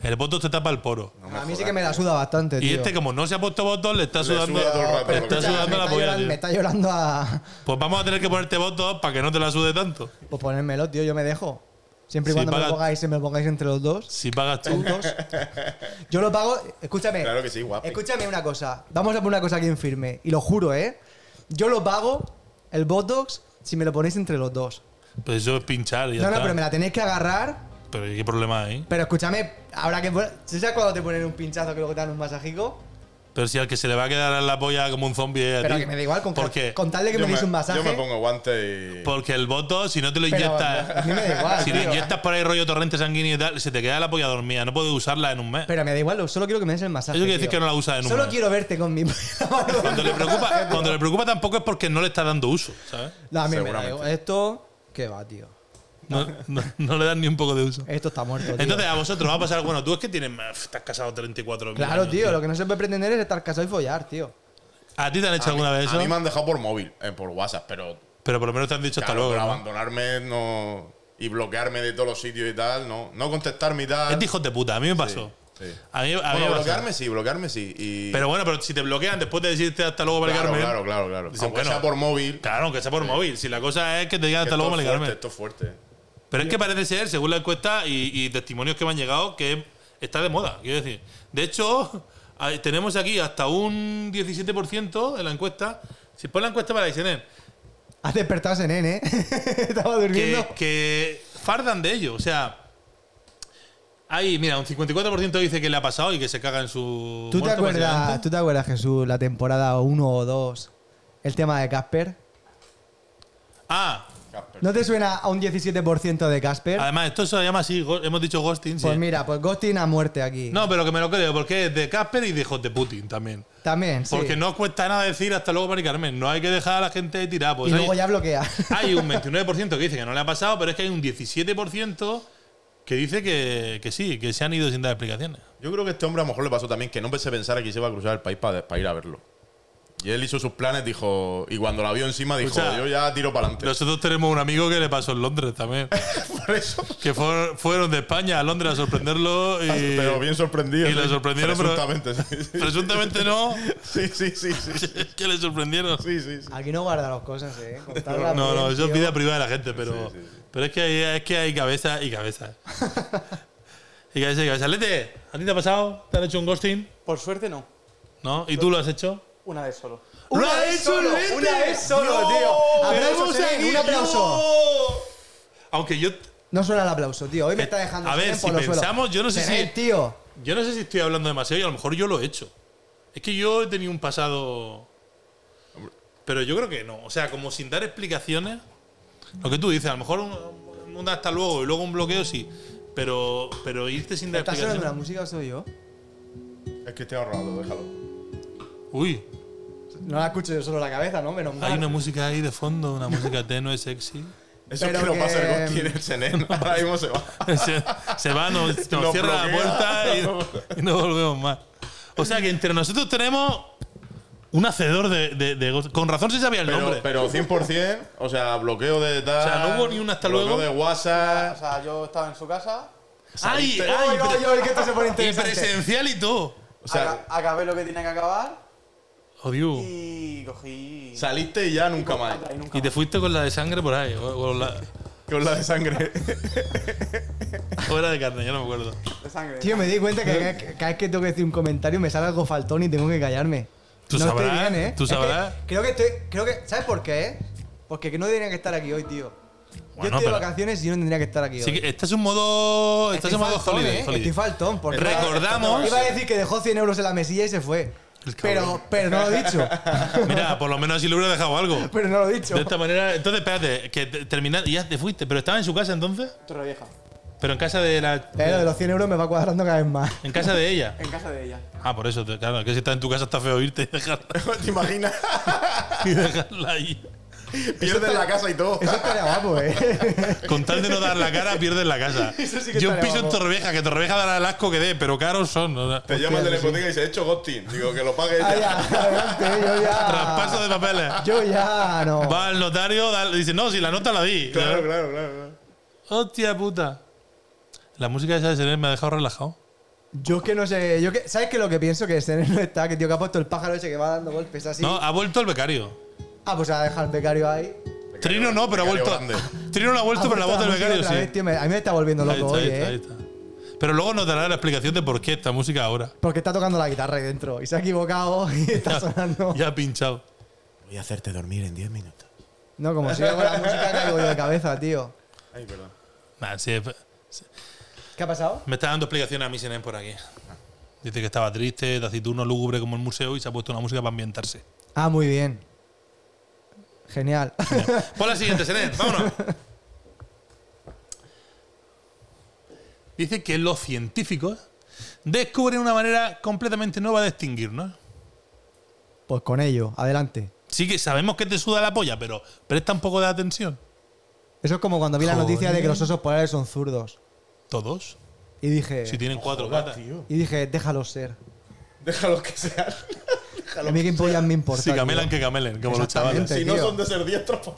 A: El botos te tapa el poro.
B: a mí sí que me la suda bastante,
A: Y
B: Eh, tío.
A: este, como no se ha puesto botos, le está
C: Le
A: sudando...
C: suda todo el rato,
A: le
C: lo que
A: está
C: sea.
A: sudando
B: me,
A: la
B: está
A: polla,
B: llorando,
A: tío.
B: me está llorando a.
A: Pues vamos a tener que ponerte votos para que no te la sude tanto.
B: Pues ponérmelo, tío, yo me dejo. Siempre y
A: Sí,
B: cuando me
A: paga-
B: lo pongáis, se me lo pongáis entre los dos.
A: Si pagas tú.
B: juntos. Yo lo pago. Escúchame.
C: Claro que sí, guapi.
B: Escúchame una cosa. Vamos a poner una cosa aquí en firme. Y lo juro, ¿eh? Yo lo pago, el Botox, si me lo ponéis entre los dos.
A: Pues eso es pinchar y ya
B: no, no,
A: está.
B: pero me la tenéis que agarrar.
A: Pero ¿qué problema hay?
B: Pero escúchame, habrá que. pon- ¿Sí ¿Sabes cuando te ponen un pinchazo que luego te dan un masajico?
A: Pero si al que se le va a quedar en la polla como un zombie es a
B: Pero
A: ti.
B: que me da igual, con,
A: porque,
B: con tal de que me deis un masaje.
C: Yo me pongo guante y.
A: porque el voto, si no te lo
B: pero a
A: inyectas.
B: mí me da igual.
A: si lo
B: tío.
A: inyectas por ahí rollo torrente sanguíneo y tal, se te queda la polla dormida. No puedes usarla en un mes.
B: Pero me da igual, solo quiero que me des el masaje.
A: Eso quiere decir que
B: tío.
A: no la usas en un
B: Solo
A: mes.
B: quiero verte con mi.
A: Cuando le, preocupa, cuando le preocupa tampoco es porque no le está dando uso, ¿sabes?
B: No, a mí me da
C: Seguramente.
B: igual. Esto. ¿Qué va, tío?
A: No, no- no le dan ni un poco de uso.
B: Esto está muerto, tío.
A: Entonces, a vosotros va a pasar. Bueno, tú es que tienes. más- Estás casado 34
B: claro, tío, lo que no se puede pretender es estar casado y follar, tío.
A: ¿A ti te han hecho
C: A mí,
A: alguna vez
C: a mí me
A: eso?
C: han dejado por móvil, eh, por WhatsApp, pero,
A: Pero por lo menos te han dicho hasta
C: claro,
A: luego.
C: pero
A: ¿no?
C: abandonarme no, y bloquearme de todos los sitios y tal, no, no contestarme y tal.
A: Es de hijos de puta. A mí me pasó.
C: sí.
A: A mí, a mí
C: Bueno,
A: me pasó.
C: bloquearme sí, bloquearme sí. Y
A: Pero bueno, pero si te bloquean después de decirte hasta luego, vale,
C: claro,
A: Carmen.
C: claro, claro, claro.
A: Dice,
C: Aunque
A: Ah, bueno.
C: sea por móvil.
A: Claro, aunque sea por móvil. Si la cosa es que te digan hasta
C: esto
A: luego,
C: es
A: vale,
C: fuerte,
A: Carmen.
C: esto es fuerte.
A: Pero es que parece ser, según la encuesta y, y testimonios que me han llegado, que está de moda, quiero decir. De hecho, hay- tenemos aquí hasta un 17% en la encuesta. Si pon la encuesta para Ixenen,
B: Has despertado ese nene, ¿eh? Estaba durmiendo.
A: que, que fardan de ello. O sea, hay, mira, un 54% dice que le ha pasado y que se caga en su.
B: ¿Tú te,
A: muerto,
B: acuerdas,
A: básicamente.
B: ¿Tú te acuerdas, Jesús, la temporada 1 o 2? El tema de Casper.
A: Ah,
C: Casper.
B: ¿No te suena a un 17% de Casper?
A: además, esto se llama así, go- hemos dicho ghosting. Ah, sí.
B: Pues mira, pues Ghosting a muerte aquí.
A: No, pero que me lo creo, porque es de Casper y de hijos de Putin también.
B: También, sí.
A: Porque no cuesta nada decir hasta luego, Mari Carmen. No hay que dejar a la gente tirada. Pues
B: y
A: hay-
B: luego ya bloquea.
A: Hay un 29% que dice que no le ha pasado, pero es que hay un 17% que dice que, que sí, que se han ido sin dar explicaciones.
C: Yo creo que este hombre a lo mejor le pasó también que no pensé pensar que se iba a cruzar el país para ir a verlo. Y él hizo sus planes, dijo. Y cuando la vio encima, dijo:
A: Escucha,
C: Yo ya tiro para adelante.
A: Nosotros tenemos un amigo que le pasó en Londres también.
C: Por eso.
A: Que fueron, fueron de España a Londres a sorprenderlo y.
C: pero bien sorprendido. ¿eh?
A: y le sorprendieron, pero-
C: Presuntamente, sí, sí.
A: Presuntamente no,
C: Sí, sí, sí, sí. sí,
A: que le sorprendieron.
C: sí, sí, sí.
B: Aquí no guarda las cosas, ¿eh? Contarlas
A: No, no,
B: bien,
A: eso es
B: tío.
A: vida privada de la gente, pero,
C: Sí, sí, sí.
A: pero es que hay, es que hay cabeza y cabeza. y cabeza y cabeza. Lete, ¿a ti te ha pasado? ¿Te han hecho un ghosting?
D: Por suerte no.
A: ¿No? ¿Y tú lo has hecho?
D: Una vez solo.
B: ¡Una
A: ¡Lo ha
B: vez
A: hecho
B: solo!
A: Lete!
B: ¡Una vez solo,
A: ¡Dios!
B: tío!
A: Tenemos
B: ¡Aplausos, Seren!
A: aquí-
B: ¡Un aplauso!
A: ¡Dios! Aunque yo,
B: No suena el aplauso, tío. Hoy me
A: Que-
B: está dejando
A: Eh, a ver,
B: Seren
A: si
B: por los suelos.
A: pensamos, yo no sé
B: Seren,
A: si-
B: tío.
A: yo no sé si estoy hablando demasiado y a lo mejor yo lo he hecho. Es que yo he tenido un pasado. Pero yo creo que no. O sea, como sin dar explicaciones. Lo que tú dices, a lo mejor un, un hasta luego y luego un bloqueo sí. Pero, pero irte sin dar
B: ¿Estás sonando la
A: explicaciones.
B: música o soy yo?
C: Es Cristiano Ronaldo, déjalo.
A: Uy,
B: No la escucho yo solo la cabeza, ¿no? Menos mal.
A: hay una música ahí de fondo, una música tenue, sexy.
C: Eso
B: Pero
C: es que,
B: que-
C: no pasa el Gotti en el Senen. Ahora mismo se va.
A: se, se va, nos, nos
C: Nos
A: cierra la
C: bloquea.
A: puerta y, y no volvemos más. O sea que entre nosotros tenemos un hacedor de, de- de go- Con razón se sabía el nombre.
C: Pero, pero 100%, o sea, bloqueo de tal.
A: O sea, no hubo ni un hasta
C: bloqueo
A: luego.
C: de WhatsApp.
D: O sea, yo estaba en su casa,
A: ¡Ay,
C: saliste-
A: ay!
B: Ay, ay, ay, que esto se pone
A: pre- y
B: interesante.
A: presencial y todo. Oh,
C: O sea,
D: aga- acabé lo que tenía que acabar
A: Odio.
D: y cogí.
C: saliste y ya nunca más.
D: y nunca
A: Y te
D: más.
A: fuiste con la de sangre por ahí. o- o la-
C: Con la de sangre.
A: o era de carne, yo no me acuerdo.
D: De sangre.
B: Tío, me di cuenta que cada- cada vez que tengo que decir un comentario me sale algo faltón y tengo que callarme.
A: Tú
B: no
A: sabrás,
B: estoy bien, ¿eh?
A: tú
B: Es que
A: sabrás.
B: creo que estoy. Creo que. ¿Sabes por qué, eh? Porque que no tendría que estar aquí hoy, tío. yo
A: Bueno,
B: estoy
A: pero-
B: de vacaciones y yo no tendría que estar aquí
A: Así
B: hoy.
A: que este es un modo. Este es
B: Estoy
A: un modo
B: faltón,
A: holiday.
B: ¿eh?
A: holiday.
B: Estoy faltón. Porque
A: Recordamos-
B: Iba a decir que dejó 100 euros en la mesilla y se fue.
A: El cabrón.
B: Pero, pero no lo he dicho.
A: Mira, por lo menos así le hubiera dejado algo.
B: pero no lo he dicho.
A: De esta manera. Entonces, espérate, que te- terminar. Y ya te fuiste. Pero estaba en su casa entonces.
D: Torrevieja,
A: Pero en casa de la.
B: Eh, lo de los 100 euros me va cuadrando cada vez más.
A: En casa de ella.
D: en casa de ella.
A: Ah, por eso, te- claro, que si estás en tu casa está feo irte y dejarla,
C: ¿Te imaginas?
A: y dejarla ahí.
C: Pierdes la casa y todo.
B: Eso estaría guapo, eh.
A: Con tal de no dar la cara, pierdes la casa.
B: Eso sí que
A: Yo un
B: estaría
A: piso en
B: guapo.
A: Torrevieja, que Torrevieja dará el asco que dé, pero caros son. o sea.
C: Te llama el de la hipoteca y dice, he hecho ghosting. Digo, que lo pague
B: Ah,
C: ella.
B: ya, adelante, yo ya.
A: Traspaso de papeles.
B: Yo ya no.
A: Va al notario, da- dice, no, si la nota la di.
C: Claro, claro, claro. claro.
A: Hostia puta. La música esa de Serena me ha dejado relajado.
B: Yo es que no sé. Yo que, ¿Sabes qué? Lo que pienso que ese no está, que tío que ha puesto el pájaro ese que va dando golpes así.
A: No, ha vuelto el becario.
B: Ah, pues a dejar el becario ahí. Ah,
A: Trino no, pero ha
C: becario
A: vuelto.
C: grande.
A: Trino no ha vuelto,
B: Ha
A: pero la voz
B: puesto
A: del
B: música
A: becario
B: otra
A: sí.
B: vez, tío, me- a mí me está volviendo
A: Ahí está,
B: loco hoy,
A: ahí está, ahí
B: eh.
A: está. Pero luego nos dará la explicación de por qué esta música ahora.
B: Porque está tocando la guitarra ahí dentro y se ha equivocado y está sonando.
A: Ya ha pinchado.
C: Voy a hacerte dormir en 10 minutos.
B: No, como siga con la música caigo yo de cabeza, tío.
C: Ay, perdón.
A: Nah, sí,
B: ¿Qué ha pasado?
A: Me está dando explicaciones a mí Sinem por aquí. Dice que estaba triste, taciturno, lúgubre como el museo y se ha puesto una música para ambientarse.
B: Ah, muy bien. Genial.
A: Pon la siguiente, Senen, vámonos. Dice que los científicos descubren una manera completamente nueva de extinguirnos.
B: pues con ello, adelante.
A: Sí que sabemos que te suda la polla, pero presta un poco de atención.
B: Eso es como cuando vi la noticia de que
A: Joder.
B: los osos polares son zurdos.
A: ¿Todos?
B: Y dije,
A: Si tienen cuatro patas.
C: tío.
B: y dije déjalos ser.
C: Déjalos que sean.
B: A mí que pollas me importa.
A: Si camelan,
B: tío.
A: que camelen, como los
B: Exactamente.
A: chavales.
C: Si no
B: tío.
C: son de ser diestros, pues.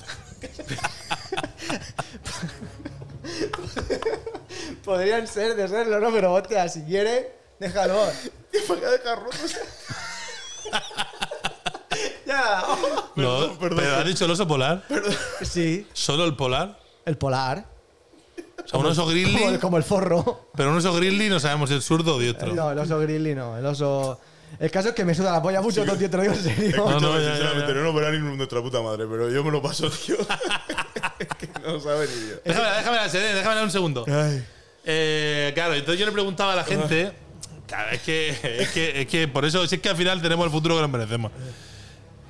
B: Podrían ser de serlo, ¿no? Pero hostia, si quiere, déjalo.
C: Tío, ¿Para qué dejar rotos?
B: ya.
A: No, Pero ha dicho el oso polar.
B: Sí,
A: Solo el polar.
B: el polar.
A: O sea, un oso
B: Como el,
A: grizzly.
B: como el forro.
A: Pero un oso grizzly no sabemos si es zurdo o diestro.
B: No, el oso grizzly no. El oso. El caso es que me suda la polla mucho, no, tío, te lo digo en serio.
C: Ah,
A: No, no, ya, ya,
C: sinceramente,
A: ya.
C: no nos verá ni nuestra puta madre, pero yo me lo paso, tío. que no sabe ni Dios.
A: Déjamela, déjamela, Serena, déjamela un segundo. Eh, claro, entonces yo le preguntaba a la gente. Claro, es que, es que, es que por eso, si es que al final tenemos el futuro que nos merecemos.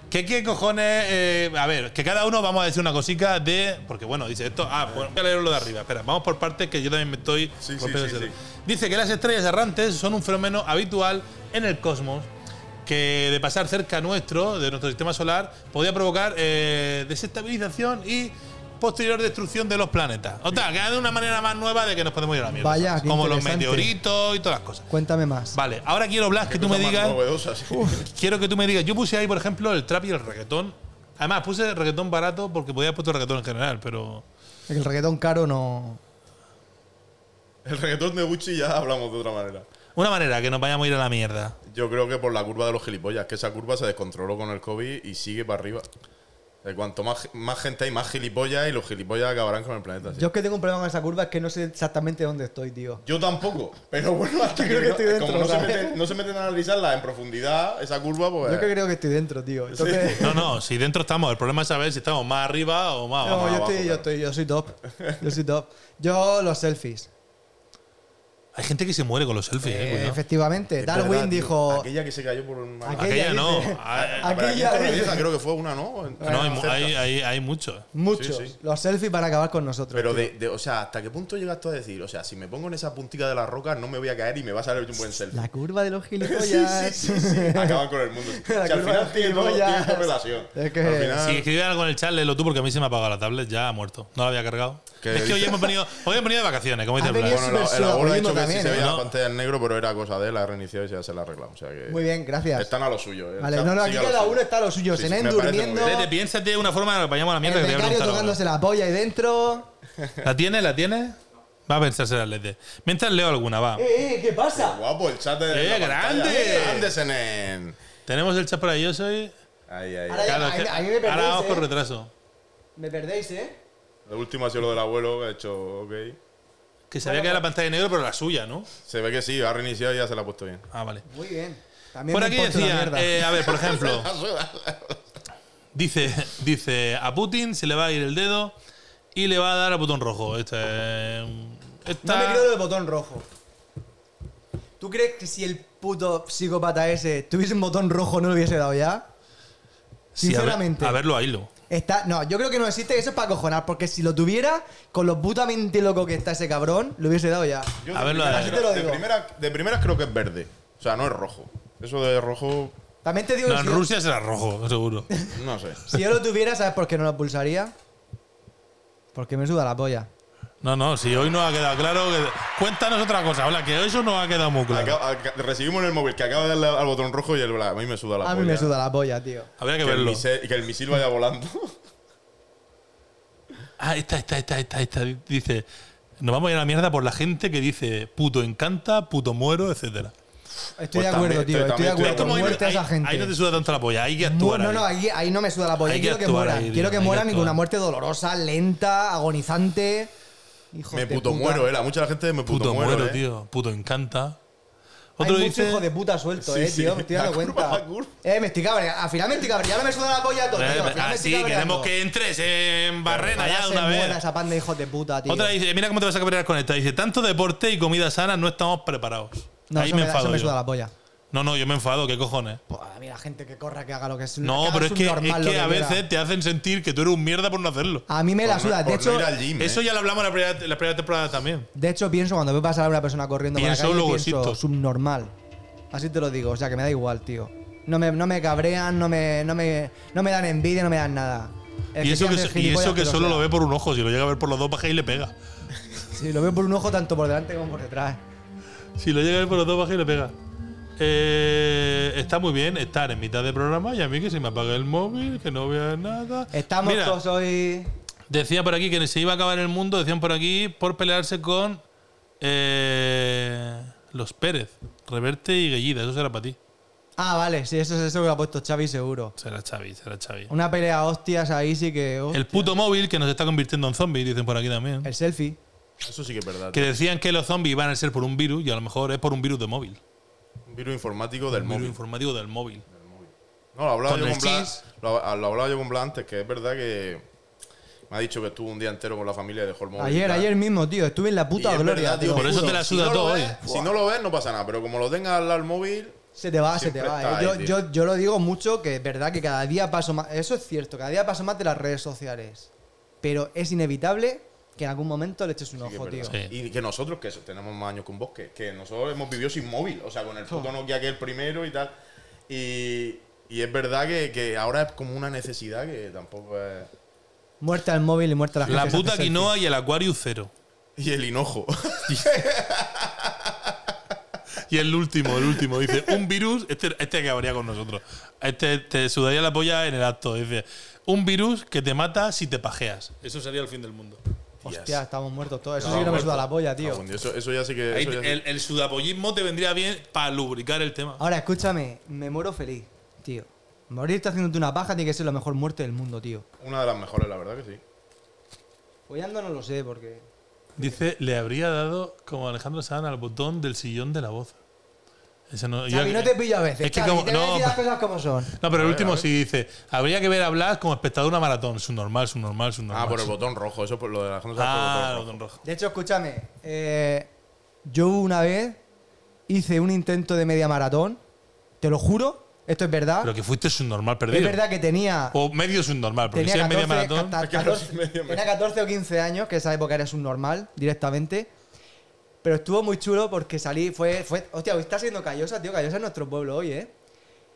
A: ¿Qué, qué cojones? eh, a ver, que cada uno vamos a decir una cosica de. Porque bueno, dice esto. Ah, pues voy a leerlo de arriba. Espera, vamos por partes que yo también me estoy.
C: Sí, sí,
A: rompiendo
C: sí,
A: el
C: sí.
A: Dice que las estrellas errantes son un fenómeno habitual en el cosmos que de pasar cerca nuestro, de nuestro sistema solar, podía provocar eh, desestabilización y posterior destrucción de los planetas. O sea, que es una manera más nueva de que nos podemos ir a la mierda.
B: Vaya, qué
A: Como los
B: interesante.
A: meteoritos y todas las cosas.
B: Cuéntame más.
A: Vale, ahora quiero, Blas, que tú me digas.
C: Uf.
A: Quiero que tú me digas. Yo puse ahí, por ejemplo, el trap y el reggaetón. Además, puse reggaetón barato porque podía haber puesto reggaetón en general, pero.
B: El reggaetón caro no.
C: El reggaetón de Gucci ya hablamos de otra manera.
A: Una manera que nos vayamos a ir a la mierda.
C: Yo creo que por la curva de los gilipollas, que esa curva se descontroló con el COVID y sigue para arriba. Eh, cuanto más, más gente hay, más gilipollas y los gilipollas acabarán con el planeta. sí.
B: Yo es que tengo un problema con esa curva, es que no sé exactamente dónde estoy, tío.
C: Yo tampoco, pero bueno, hasta
B: Creo que
C: no-
B: estoy dentro,
C: como no se,
B: ¿sabes?
C: meten, no se meten a analizarla en profundidad, esa curva, pues.
B: Yo es que creo que estoy dentro, tío. Entonces.
A: No, no, si dentro estamos. El problema es saber si estamos más arriba o más
B: No,
A: abajo.
B: yo,
C: abajo,
B: estoy, yo,
C: claro.
B: estoy, yo soy top. Yo soy top. Yo los selfies.
A: Hay gente que se muere con los selfies, eh.
B: Eh,
A: cuidado.
B: efectivamente.
C: Es
B: Darwin
C: verdad, tío.
B: dijo.
C: Aquella que se cayó por un.
B: Aquella-
A: Aquella no.
B: dice-
A: Ah,
C: Pero aquí en
B: aquella
C: Torrevieja
B: dice-
C: creo que fue una, ¿no? En-
A: No, hay, mu-
C: cerca.
A: hay, hay, hay muchos.
B: Muchos.
C: Sí, sí.
B: Los selfies van a acabar con nosotros.
C: Pero
B: tío.
C: de, de- o sea, ¿hasta qué punto llegas tú a decir? O sea, si me pongo en esa puntica de la roca, no me voy a caer y me va a salir un buen selfie.
B: La curva de los
C: sí,
B: gilipollas.
C: sí, sí, sí. Acaban con el mundo. O sea, al
B: curva
C: final
B: de
C: tiene todo,
B: gilipollas.
C: tiene todo relación.
B: Es que-
C: Al final,
A: Si escribí algo en el chat, léelo tú porque a mí se me ha apagado la tablet, ya ha muerto. No la había cargado.
C: ¿Qué
A: Es que hoy
C: dices?
A: hemos, venido, hoy hemos venido de vacaciones, como dice
B: Ha
A: el Blas.
B: venido-
C: bueno, la- el
B: Eso
C: abuelo ha dicho que
B: también,
C: sí se
B: ¿eh?
C: veía
A: No.
C: la pantalla en negro, pero era cosa de él, la ha reiniciado y ya se la ha arreglado. O sea que
B: Muy bien, gracias.
C: Están a lo suyo. eh.
B: Vale,
C: O sea,
B: no, no, aquí
C: sigue a lo
B: cada
C: suyo.
B: uno está a lo suyo.
C: Sí,
B: Se
C: sí,
B: ven
C: me parece muy
B: durmiendo.
C: bien.
A: Vete, piénsate una forma de que vayamos a la mierda
B: El
A: que te voy a
B: becario
A: preguntar ahora.
B: tocándose la polla ahí dentro.
A: ¿La tiene? ¿La tiene? Va a pensarse la LED. Mientras leo alguna, va.
B: ¡Eh, eh! ¿Qué pasa?
C: Guapo, el chat de.
A: Eh,
C: la pantalla.
A: grande.
C: ¡Grande, Senen!
A: Tenemos el chat por ahí, yo soy.
C: Ahí, ahí.
B: Ahora ya-
A: Claro, es
B: a
A: que-
B: mí- a mí me perdéis,
A: ahora vamos
B: eh.
A: con retraso.
B: Me perdéis, ¿eh?
C: Lo último ha sido lo del abuelo, que ha hecho ok.
A: Que se había quedado la
B: pues-
A: pantalla en negro, pero la suya, ¿no?
C: Se ve que sí, ha reiniciado y ya se la ha puesto bien.
A: Ah, vale.
B: Muy bien. También
A: Por
B: me
A: aquí
B: importa una
A: decían,
B: mierda.
A: eh, a ver, por ejemplo, dice, dice, a Putin se le va a ir el dedo y le va a dar al botón rojo. Este, eh,
B: No
A: esta,
B: me creo lo del botón rojo. ¿Tú crees que si el puto psicópata ese tuviese un botón rojo no lo hubiese dado ya?
A: Sí, a ver-
B: Sinceramente.
A: a, verlo, a hilo.
B: Está, no, yo creo que no existe, eso es para cojonar, porque si lo tuviera, con lo putamente loco que está ese cabrón, lo hubiese dado ya.
C: Yo
A: A
C: de
A: ver, lo de-
C: primeras-
B: Así te lo
C: de
B: digo.
C: primeras- de primeras creo que es verde. O sea, no es rojo. Eso de rojo,
B: También te digo,
A: No,
B: que
A: en
B: si, yo-
A: Rusia será rojo, seguro.
C: no sé.
B: si yo lo tuviera, ¿sabes por qué no lo pulsaría? Porque me suda la polla.
A: No, no, si hoy no ha quedado claro. que- cuéntanos otra cosa, habla, que eso no ha quedado muy claro.
C: Acaba- aca- recibimos en el móvil que acaba de darle al botón rojo y el bla, a mí me suda la
B: A mí
C: polla.
B: me suda la polla, tío.
A: Habría que
C: que, el
A: verlo.
C: misil, que el misil vaya volando.
A: Ah, esta, esta, esta, esta, esta. Dice, nos vamos a ir a la mierda por la gente que dice puto encanta, puto muero, etcétera.
B: Estoy
C: Pues
B: de acuerdo,
C: también,
B: tío,
C: estoy-
B: estoy de
C: también estoy de
B: acuerdo.
C: acuerdo.
A: ahí,
B: Muerte a esa
A: ahí-
B: gente.
A: ahí no te suda tanto la polla, hay que
B: Mu-
A: actuar.
B: No,
A: ahí.
B: no, ahí, ahí no me suda la polla.
A: Hay que
B: Quiero que,
A: actuar
B: mueran.
A: ahí, tío,
B: Quiero que
A: hay que
B: mueran y con
A: actuar.
B: una muerte dolorosa, lenta, agonizante. Hijo
C: me
B: de
C: puto
B: puta.
C: muero, eh. A mucha gente me puto,
A: Puto, muero,
C: eh.
A: tío. Puto encanta.
B: Hay
A: Otro
B: mucho
A: dice.
B: hijo de puta suelto,
C: Sí,
B: eh,
C: sí.
B: tío. Me estoy dando
C: La curva,
B: cuenta.
C: la curva.
B: Eh, me estoy cabreando. Al final me estoy cabreando. Ya no me suda la polla todo. tío. Al
A: Eh,
B: final
A: ah,
B: me estoy
A: sí,
B: cabreando.
A: queremos que entres en barrena
B: Ojalá
A: ya de
B: se
A: una
B: muera
A: vez.
B: esa panda de hijos de puta, tío.
A: Otra dice, mira cómo te vas a cabrear con esta. Dice, tanto deporte y comida sana no estamos preparados.
B: no,
A: Ahí
B: eso
A: me
B: da- eso
A: enfado
B: me
A: yo.
B: suda la polla.
A: No, no, yo me enfado, ¿qué cojones?
B: Pues, a mí la gente que corra, que haga lo que es
A: No,
B: haga
A: pero es que, es
B: subnormal lo
A: que a
B: quiera.
A: veces te hacen sentir que tú eres un mierda por no hacerlo.
B: A mí me la
C: Por no-
B: suda. De
C: Pues por no
B: hecho,
C: ir al gym, eh.
A: Eso ya lo hablamos en la primera, en la primera temporada también.
B: De hecho, pienso cuando veo pasar a una persona corriendo
A: Pienso,
B: por la calle,
A: luego
B: pienso
A: existo.
B: subnormal. Así te lo digo, o sea que me da igual, tío. No me, no me cabrean, no me, no, me, no me dan envidia, no me dan nada. El
A: Y eso que,
B: quiere hacer
A: y
B: gilipollas,
A: eso que
B: pero
A: solo
B: se
A: lo
B: da.
A: ve por un ojo. Si lo llega a ver por los dos, baja y le pega.
B: Sí, lo veo por un ojo tanto por delante como por detrás.
A: Si lo llega a ver por los dos, baja y le pega. Eh, está muy bien estar en mitad de programa y a mí que se me apague el móvil, que no vea nada.
B: Estamos
A: Mira,
B: todos hoy.
A: Decía por aquí que se iba a acabar el mundo, decían por aquí, por pelearse con eh, los Pérez, Reverte y Gellida. Eso será para ti.
B: Ah, vale, sí, eso es eso que lo ha puesto Xavi seguro.
A: Será Xavi, será Xavi.
B: Una pelea a hostias ahí sí que. hostia.
A: El puto móvil que nos está convirtiendo en zombies, dicen por aquí también.
B: El selfie.
C: Eso sí que es verdad.
A: Que decían que los zombies van a ser por un virus y a lo mejor es por un virus de móvil.
C: Un virus informático del
A: Un virus
C: móvil.
A: informático del móvil.
C: No, lo hablaba,
A: Con
C: yo
A: el
C: con Blas-
A: chis.
C: lo, lo hablaba yo con Blas antes, que es verdad que me ha dicho que estuvo un día entero con la familia y dejó el móvil. y
B: Ayer,
C: tal.
B: ayer mismo, tío. Estuve en la
C: Y
B: puta
C: es
B: gloria.
C: verdad,
B: te
C: tío,
B: lo
A: Por eso
B: juro.
A: te la suda
C: si no lo
A: todo,
C: ves-
A: eh.
C: Si no lo ves, no pasa nada, pero como lo tengas al lado del móvil,
B: Se te va,
C: Siempre
B: se te va.
C: está
B: eh.
C: ahí,
B: yo,
C: tío.
B: yo- yo lo digo mucho, que es verdad que cada día paso más. Eso es cierto, cada día paso más de las redes sociales. Pero es inevitable que en algún momento le eches un
C: sí que es
B: ojo, tío.
C: verdad.
A: tío.
C: Y que nosotros, que tenemos más años que un bosque, que nosotros hemos vivido sin móvil, o sea, con el puto Nokia que es el primero y tal. Y, y es verdad que, que ahora es como una necesidad que tampoco es.
B: Muerte al móvil y muerte a la gente.
A: La
B: que se
A: puta
B: hace
A: quinoa y el acuario cero.
C: Y el hinojo.
A: Y el último, el último. Dice, un virus, este, este acabaría con nosotros. Este te sudaría la polla en el acto. Dice, un virus que te mata si te pajeas. Eso sería el fin del mundo.
B: selfie. Hostia, estamos muertos todos. Eso
C: No,
B: sí que no me
C: muerto.
B: suda la polla, tío.
C: No, eso, eso ya sí que.
A: Ahí
C: eso ya sí-
A: te- el, el sudapollismo te vendría bien para lubricar el tema.
B: Ahora, escúchame, me muero feliz, tío. Morirte haciéndote una paja tiene que ser la mejor muerte del mundo, tío.
C: Una de las mejores, la verdad que sí.
B: Follando no lo sé, porque.
A: Dice, le habría dado, como Alejandro Sanz, al botón del sillón de la voz. Ese no, yo-
B: Xavi, no te pillo a veces.
A: Es que
B: Xavi,
A: como-
B: te voy a
A: no, pues-
B: decir las cosas como son.
A: No, pero el
C: ver, a
A: último
C: ver.
A: sí dice, habría que ver a Blas como espectador de una maratón. Su normal, su normal, su normal.
C: Ah, por el botón rojo, eso por lo de la gente.
A: Ah, el botón rojo.
B: De hecho, escúchame, eh, yo una vez hice un intento de media maratón, te lo juro, esto es verdad.
A: Pero que fuiste subnormal perdido.
B: Es verdad que tenía,
A: O medio subnormal, porque
B: tenía
A: si es media
B: 14,
A: maratón.
B: ca-
C: Claro,
B: 14,
C: sí, medio
B: tenía 14 o 15 años, que en esa época era normal directamente. Pero estuvo muy chulo porque salí, fue, fue hostia, hoy está siendo Callosa, tío, Callosa es nuestro pueblo hoy, ¿eh?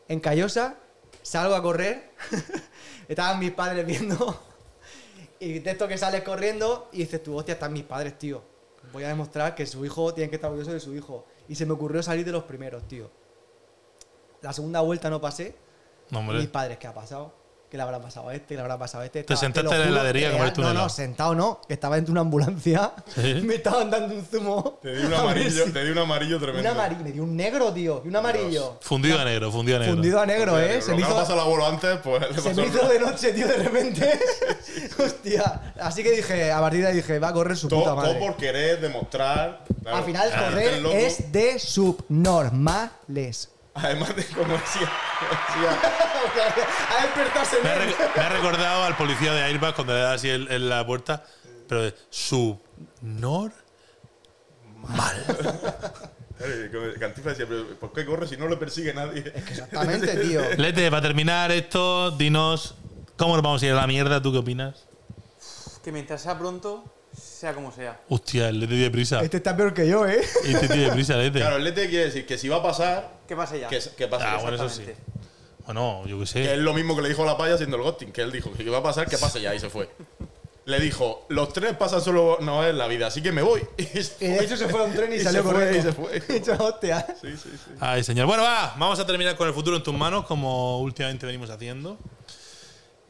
B: En Callosa salgo a correr, estaban mis padres viendo, y de esto que sales corriendo y dices tú, hostia, están mis padres, tío. Voy a demostrar que su hijo tiene que estar orgulloso de su hijo. Y se me ocurrió salir de los primeros, tío. La segunda vuelta no pasé,
A: No,
B: y mis
A: hombre.
B: padres, ¿qué ha pasado? ¿Qué le habrá pasado a este? ¿Qué le habrá pasado a este?
A: Te
B: Estaba-
A: sentaste
B: lo
A: en la
B: juro,
A: heladería a
B: real,
A: comerte un
B: No,
A: helado.
B: no, sentado no. que Estaba dentro de una ambulancia.
A: Sí.
B: Me estaban dando un zumo.
C: Te di un
B: A ver
C: amarillo,
B: si-
C: te di un amarillo tremendo.
B: un amarillo. Me dio un negro, tío. Y un amarillo.
A: Fundido a negro, fundido a negro.
B: Fundido a negro, ¿eh? Se
C: Se
B: me
C: hizo... pasa
B: hizo,
C: el abuelo antes, pues le
B: se
C: pasó
B: me
C: el
B: hizo de noche, tío, de repente. Hostia. Así que dije, a partir de ahí dije, va a correr su
C: Todo,
B: puta madre.
C: todo por querer demostrar. claro,
B: Al final,
C: claro, este
B: correr
C: loco.
B: es de subnormales.
C: Además de como decía. decía-
B: a despertarse
A: Me ha,
B: negro.
A: re- me ha recordado al policía de Airbag cuando le da así en, en la puerta. Pero de subnormal.
C: eh, como Cantinflas decía, pero ¿por qué corre si no lo persigue nadie?
B: Exactamente, tío.
A: Lete, para terminar esto, dinos cómo nos vamos a ir a la mierda. ¿Tú qué opinas?
D: Que mientras sea pronto, sea como sea.
A: Hostia, el Lete tiene prisa.
B: Este está peor que yo, ¿eh?
A: Este tiene prisa, Lete.
C: Claro, el Lete quiere decir que si va a pasar,
D: Que pase ya.
C: que, que pase.
A: Ah,
C: ya.
A: bueno, eso sí.
D: Exactamente.
A: Bueno, yo qué
C: Que es
A: sé.
C: lo mismo que le dijo a la paya haciendo el Gotting, que él dijo que va a pasar, que pase ya, y se fue. Le dijo, los tres pasan solo no es la vida, así que me voy. Y
B: Y
C: se
B: de hecho se fue a un tren y,
C: Y
B: salió
C: se fue,
B: corriendo.
C: y se fue.
B: Y yo, hostia.
C: fue. Sí, sí, sí.
A: Ay, señor. Bueno, va, vamos a terminar con el futuro en tus manos, como últimamente venimos haciendo.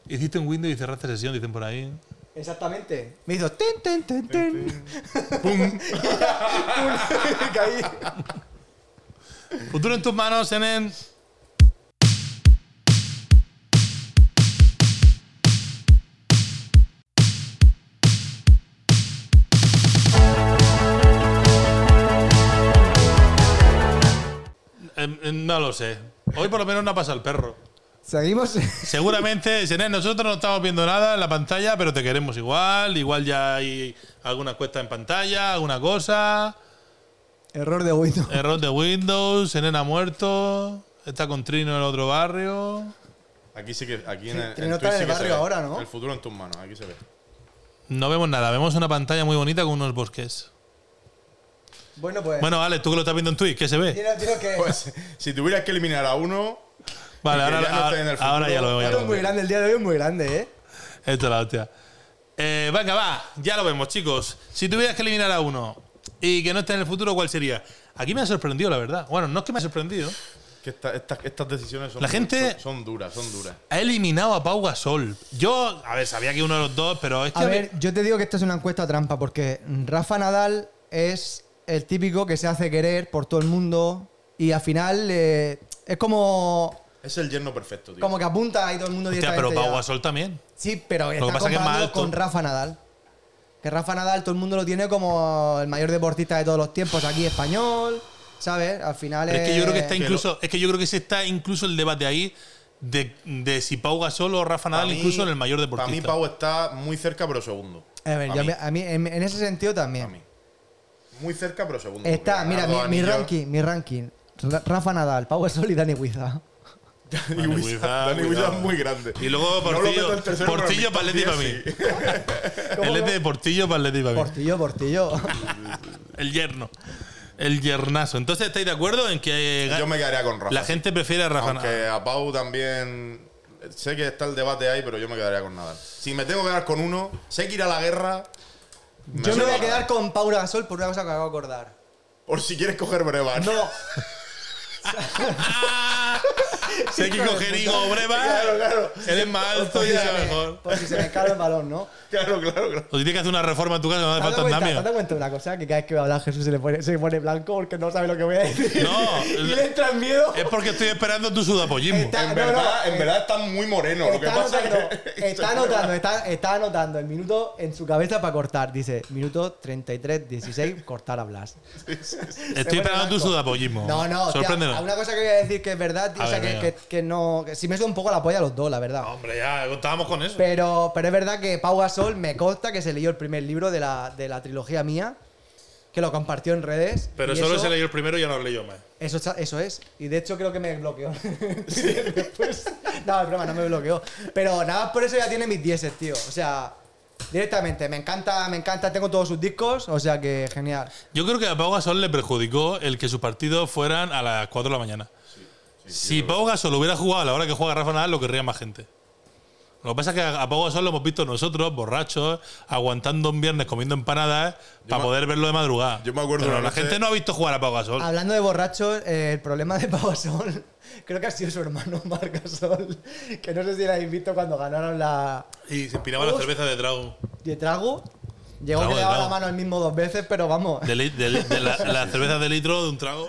A: Hiciste un Windows y cerraste sesión, dicen por ahí.
B: Exactamente. Me hizo ten, ten, ten, ten. ¡Pum! Y caí.
A: Futuro en tus manos, Enen. Em, em, No lo sé. Hoy por lo menos no ha pasado el perro.
B: Seguimos.
A: Seguramente, Senen, nosotros no estamos viendo nada en la pantalla, pero te queremos igual. Igual ya hay alguna cuesta en pantalla, alguna cosa.
B: Error de Windows.
A: Error de Windows, Senen ha muerto. Está con Trino en el otro barrio.
C: Aquí sí que, aquí en, el-
B: Tiene
C: en
B: nota
C: Twitch
B: en
C: sí
B: el
C: que se
B: barrio
C: ve.
B: ahora, ¿no? Eh,
C: El futuro en tus manos, aquí se ve.
A: No vemos nada, vemos una pantalla muy bonita con unos bosques.
B: Bueno, pues.
A: Bueno, vale, tú que lo estás viendo en Twitch, ¿qué se ve?
B: Tiene, tiene que.
C: Pues, si tuvieras que eliminar a uno,
A: Vale,
C: que
A: ahora,
C: ya no
A: ahora-
C: esté en el futuro.
A: ahora ya lo veo. ya
B: Esto
A: lo
B: es muy
A: veo.
B: grande, el día de hoy es muy grande, ¿eh?
A: Esto es la hostia. Eh, venga, va. Ya lo vemos, chicos. Si tuvieras que eliminar a uno y que no esté en el futuro, ¿cuál sería? Aquí me ha sorprendido, la verdad. Bueno, no es que me ha sorprendido.
C: Que esta- estas- estas decisiones son,
A: La gente-
C: son, son duras, son duras.
A: Ha eliminado a Pau Gasol. Yo, a ver, sabía que uno de los dos, pero es que.
B: A ver, yo te digo que esta es una encuesta trampa porque Rafa Nadal es el típico que se hace querer por todo el mundo y al final eh, es como,
C: Es el yerno perfecto, tío.
B: como que apunta y todo el mundo
A: Hostia,
B: directamente.
A: pero Pau
B: ya.
A: Gasol también.
B: Sí, pero
A: que
B: está
A: pasa es que es más
B: comparado
A: alto.
B: con Rafa Nadal. Que Rafa Nadal todo el mundo lo tiene como el mayor deportista de todos los tiempos aquí español, ¿sabes? Al final
A: Pero es que yo creo que está
C: que
A: incluso. Es que yo creo que se está incluso el debate ahí de, de si Pau Gasol o Rafa Nadal, incluso en el mayor deportista.
C: Para mí, Pau está muy cerca, pero segundo.
B: A ver,
C: Pa'
B: yo-
C: mí,
B: a mí, en, en ese sentido
C: pa'
B: también.
C: mí. Muy cerca, pero segundo.
B: eh, Está,
C: porque
B: mira, mi,
C: Ronaldo,
B: mi
C: Anillo-
B: ranking, mi ranking. Ra- Rafa Nadal, Pau Gasol y Dani Guiza.
C: Dani
A: Dani
C: Huiza-
A: Huiza,
C: Dani Huiza
A: cuidado.
C: es muy grande.
A: Y luego
C: No lo meto
A: Portillo.
C: en tercero, pero
A: Portillo,
C: en
A: para Atleti
C: top
A: para mí.
C: 10 sí.
A: El este de Portillo para Atleti para mí.
B: Portillo, Portillo.
A: El yerno. El yernazo. Entonces, ¿estáis de acuerdo en que eh,
C: Yo me quedaría con Rafa.
A: la gente prefiere a Rafa Nadal?
C: Aunque a Pau también. Sé que está el debate ahí, pero yo me quedaría con Nadal. Si me tengo que quedar con uno, sé que ir a la guerra.
B: Yo me voy a
C: suena-
B: quedar con Pau Gasol por una cosa que me acabo de acordar.
C: Por si quieres coger breva.
B: No,
A: Si hay que coger higo breva,
C: Claro, claro.
A: él es más alto
B: por
A: y
B: si,
A: es
B: se me,
A: mejor.
B: por si se me cae el balón, ¿no?
C: Claro, claro, claro.
A: O si tienes que hacer una reforma en tu casa, no hace
B: ¿Te has
A: falta
B: dado
A: un
B: cuenta, ¿Te has
A: andamio.
B: dado cuenta de una cosa? Que cada vez que va a hablar Jesús se le pone, se le pone blanco porque no sabe lo que voy a decir.
A: No,
B: y
A: es-
B: le entra el miedo.
A: Es porque estoy esperando tu sudapollismo.
B: Está-
C: En
B: Ah, no,
C: verdad,
B: no, eh,
C: en verdad está muy moreno. Lo que
B: Está
C: pasa
B: anotando,
C: es que.
B: está anotando, está, está anotando el minuto en su cabeza para cortar. Dice, minuto 33, 16, cortar a Blas.
A: Estoy esperando tu sudapollismo.
B: No, no, hostia,
A: Sorpréndelo.
B: hay una cosa que voy a decir que es verdad, tío,
A: A
B: o sea,
A: ver,
B: que,
A: venga.
B: que- que no. que sí me suda un poco la polla a los dos, la verdad.
A: Hombre, ya estábamos con eso.
B: Pero, pero es verdad que Pau Gasol me consta que se leyó el primer libro de la, de la trilogía mía, que lo compartió en redes.
A: Pero
B: y
A: solo
B: eso-
A: se leyó el primero y ya no lo leyó más.
B: Eso, está- eso es. Y de hecho creo que me bloqueó. Después- no, el problema no me bloqueó. Pero nada más por eso ya tiene mis 10, tío. O sea, directamente. Me encanta, me encanta. Tengo todos sus discos. O sea que genial.
A: Yo creo que a Pau Gasol le perjudicó el que sus partidos fueran a las 4 de la mañana. si Pau Gasol hubiera jugado a la hora que juega Rafa Nadal, lo querría más gente. Lo que pasa es que a Pau Gasol lo hemos visto nosotros, borrachos, aguantando un viernes comiendo empanadas para
C: me-
A: poder verlo de madrugada.
C: yo me acuerdo
A: Pero
C: una
A: la
C: noche-
A: gente no ha visto jugar a Pau Gasol.
B: Hablando de borrachos, eh, el problema de Pau Gasol creo que ha sido su hermano Marc Gasol. Que no sé si la habéis visto cuando ganaron la
A: Y se empinaba la
B: Uf.
A: cerveza de Drago.
B: de trago. Llegó
A: Trago
B: que
A: de
B: le daba la
A: trago.
B: mano al mismo dos veces, pero vamos.
A: De, li- de li- de la, la cerveza de litro de un trago.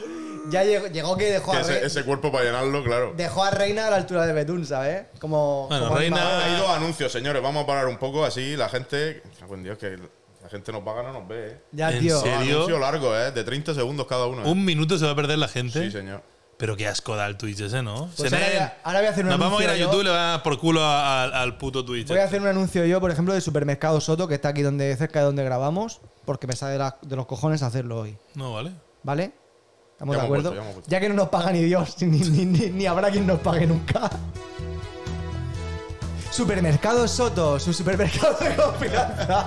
B: Ya llegó, llegó que dejó
C: Que
B: a,
C: ese,
B: Re-
C: ese cuerpo para llenarlo, claro.
B: dejó a Reina a la altura de Betún, ¿sabes? Como,
A: Bueno,
B: como
A: Reina-
B: animadora.
C: Ha ido anuncios, señores. Vamos a parar un poco así. La gente. me cago en Dios, que la gente nos paga, no nos ve, eh.
B: Ya,
A: ¿En
B: tío.
A: serio?
C: Anuncio largo, eh. De 30 segundos cada uno. eh.
A: Un minuto se va a perder la gente.
C: Sí, señor.
A: Pero qué asco da el Twitch ese, ¿no?
B: Pues
A: Senén,
B: ahora, voy a- ahora voy a hacer un
A: nos
B: anuncio.
A: vamos a ir a
B: yo.
A: YouTube y le vas a dar por culo a- a- al puto Twitch.
B: Voy a hacer un anuncio yo, por ejemplo, de Supermercado Soto, que está aquí donde, cerca de donde grabamos, porque me sale de, la- de los cojones hacerlo hoy.
A: No, vale.
B: ¿Vale? ¿Estamos
C: Ya
B: de
C: hemos
B: acuerdo?
C: vuelto, ya hemos vuelto.
B: ya que no nos paga ni Dios, ni, ni- ni- ni habrá quien nos pague nunca. Supermercado Soto, su supermercado de confianza.